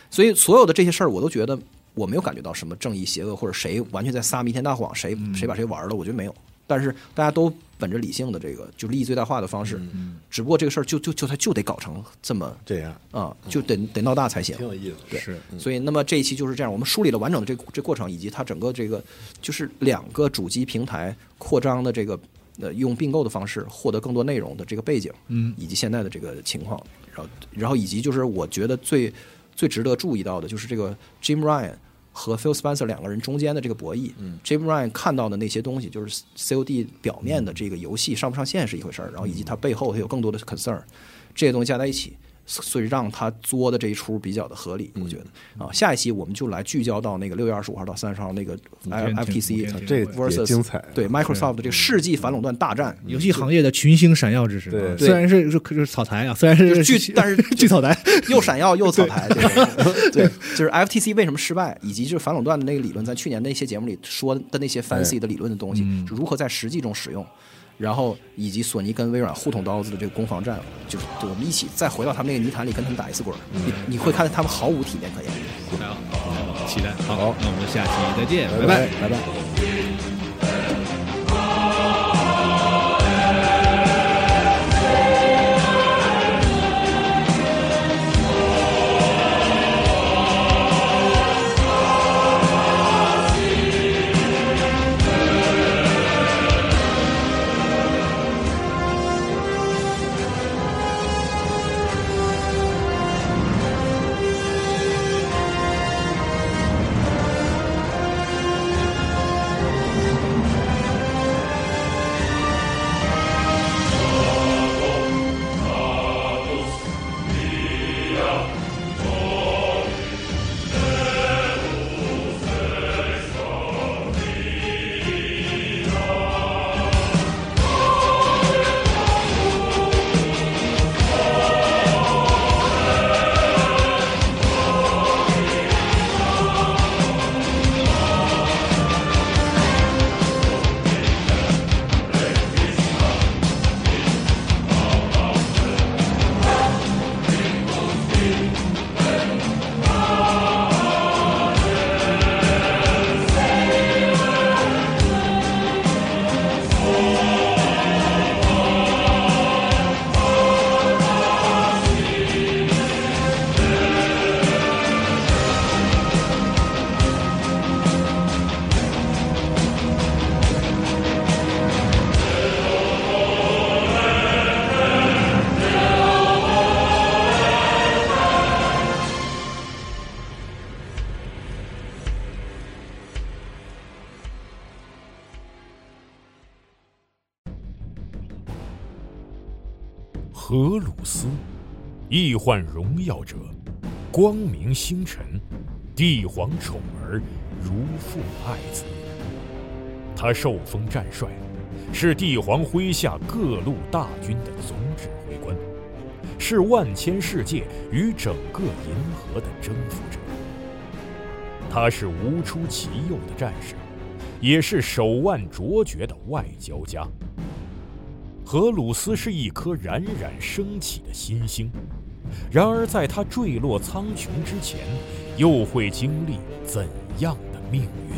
所以所有的这些事儿，我都觉得我没有感觉到什么正义、邪恶，或者谁完全在撒弥天大谎，谁
嗯
谁把谁玩了，我觉得没有。但是大家都本着理性的这个就利益最大化的方
嗯
式，只不过这个事儿就就就他就得搞成这么
这样
啊、就得得闹大才行。
嗯挺有意思的。嗯
对，
是
所以那么这一期就是这样，我们梳理了完整的这个这过程，以及它整个这个就是两个主机平台扩张的这个呃用并购的方式获得更多内容的这个背景，
嗯
以及现在的这个情况，然后然后以及就是我觉得最最值得注意到的就是这个 Jim Ryan。和 Phil Spencer 两个人中间的这个博弈、j
嗯
i m Ryan 看到的那些东西，就是 COD 表面的这个游戏上不上线是一回事儿，然后以及它背后它有更多的 concern，这些东西加在一起，所以让他作的这一出比较的合理，我觉得啊，下一期我们就来聚焦到那个六月二十五号到三十号那个
天听
FTC
五天听
这个也
versus
精彩。啊
对 Microsoft 的这个世纪反垄断大战，
游戏行业的群星闪耀之时，
对
虽然是是是草台啊，虽然是
就是巨但是
巨草台，
又闪耀又草台，对对，就是 FTC 为什么失败，以及就是反垄断的那个理论，在去年那些节目里说的那些
哎
fancy 的理论的东西，是如何在实际中使用，然后以及索尼跟微软互捅刀子的这个攻防战，就是我们一起再回到他们那个泥潭里跟他们打一次滚儿，你你会看到他们毫无体面可言。
期待。好，那我们下期再见，拜
拜。
拜拜。
荷鲁斯，易患荣耀者，光明星辰，帝皇宠儿，如父爱子。他受封战帅，是帝皇麾下各路大军的总指挥官，是万千世界与整个银河的征服者。他是无出其右的战士，也是手腕卓绝的外交家。荷鲁斯是一颗冉冉升起的新星，然而在他坠落苍穹之前，又会经历怎样的命运？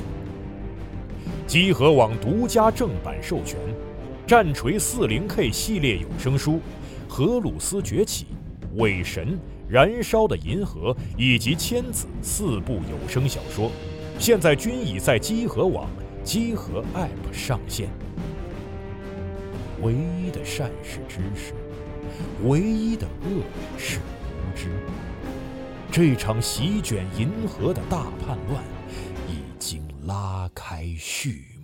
积禾网独家正版授权，《战锤 40K 系列有声书》《荷鲁斯崛起》《伪神》《燃烧的银河》以及《千子》四部有声小说，现在均已在积禾网、积禾 App 上线。唯一的善是知识，唯一的恶是无知。这场席卷银河的大叛乱已经拉开序幕。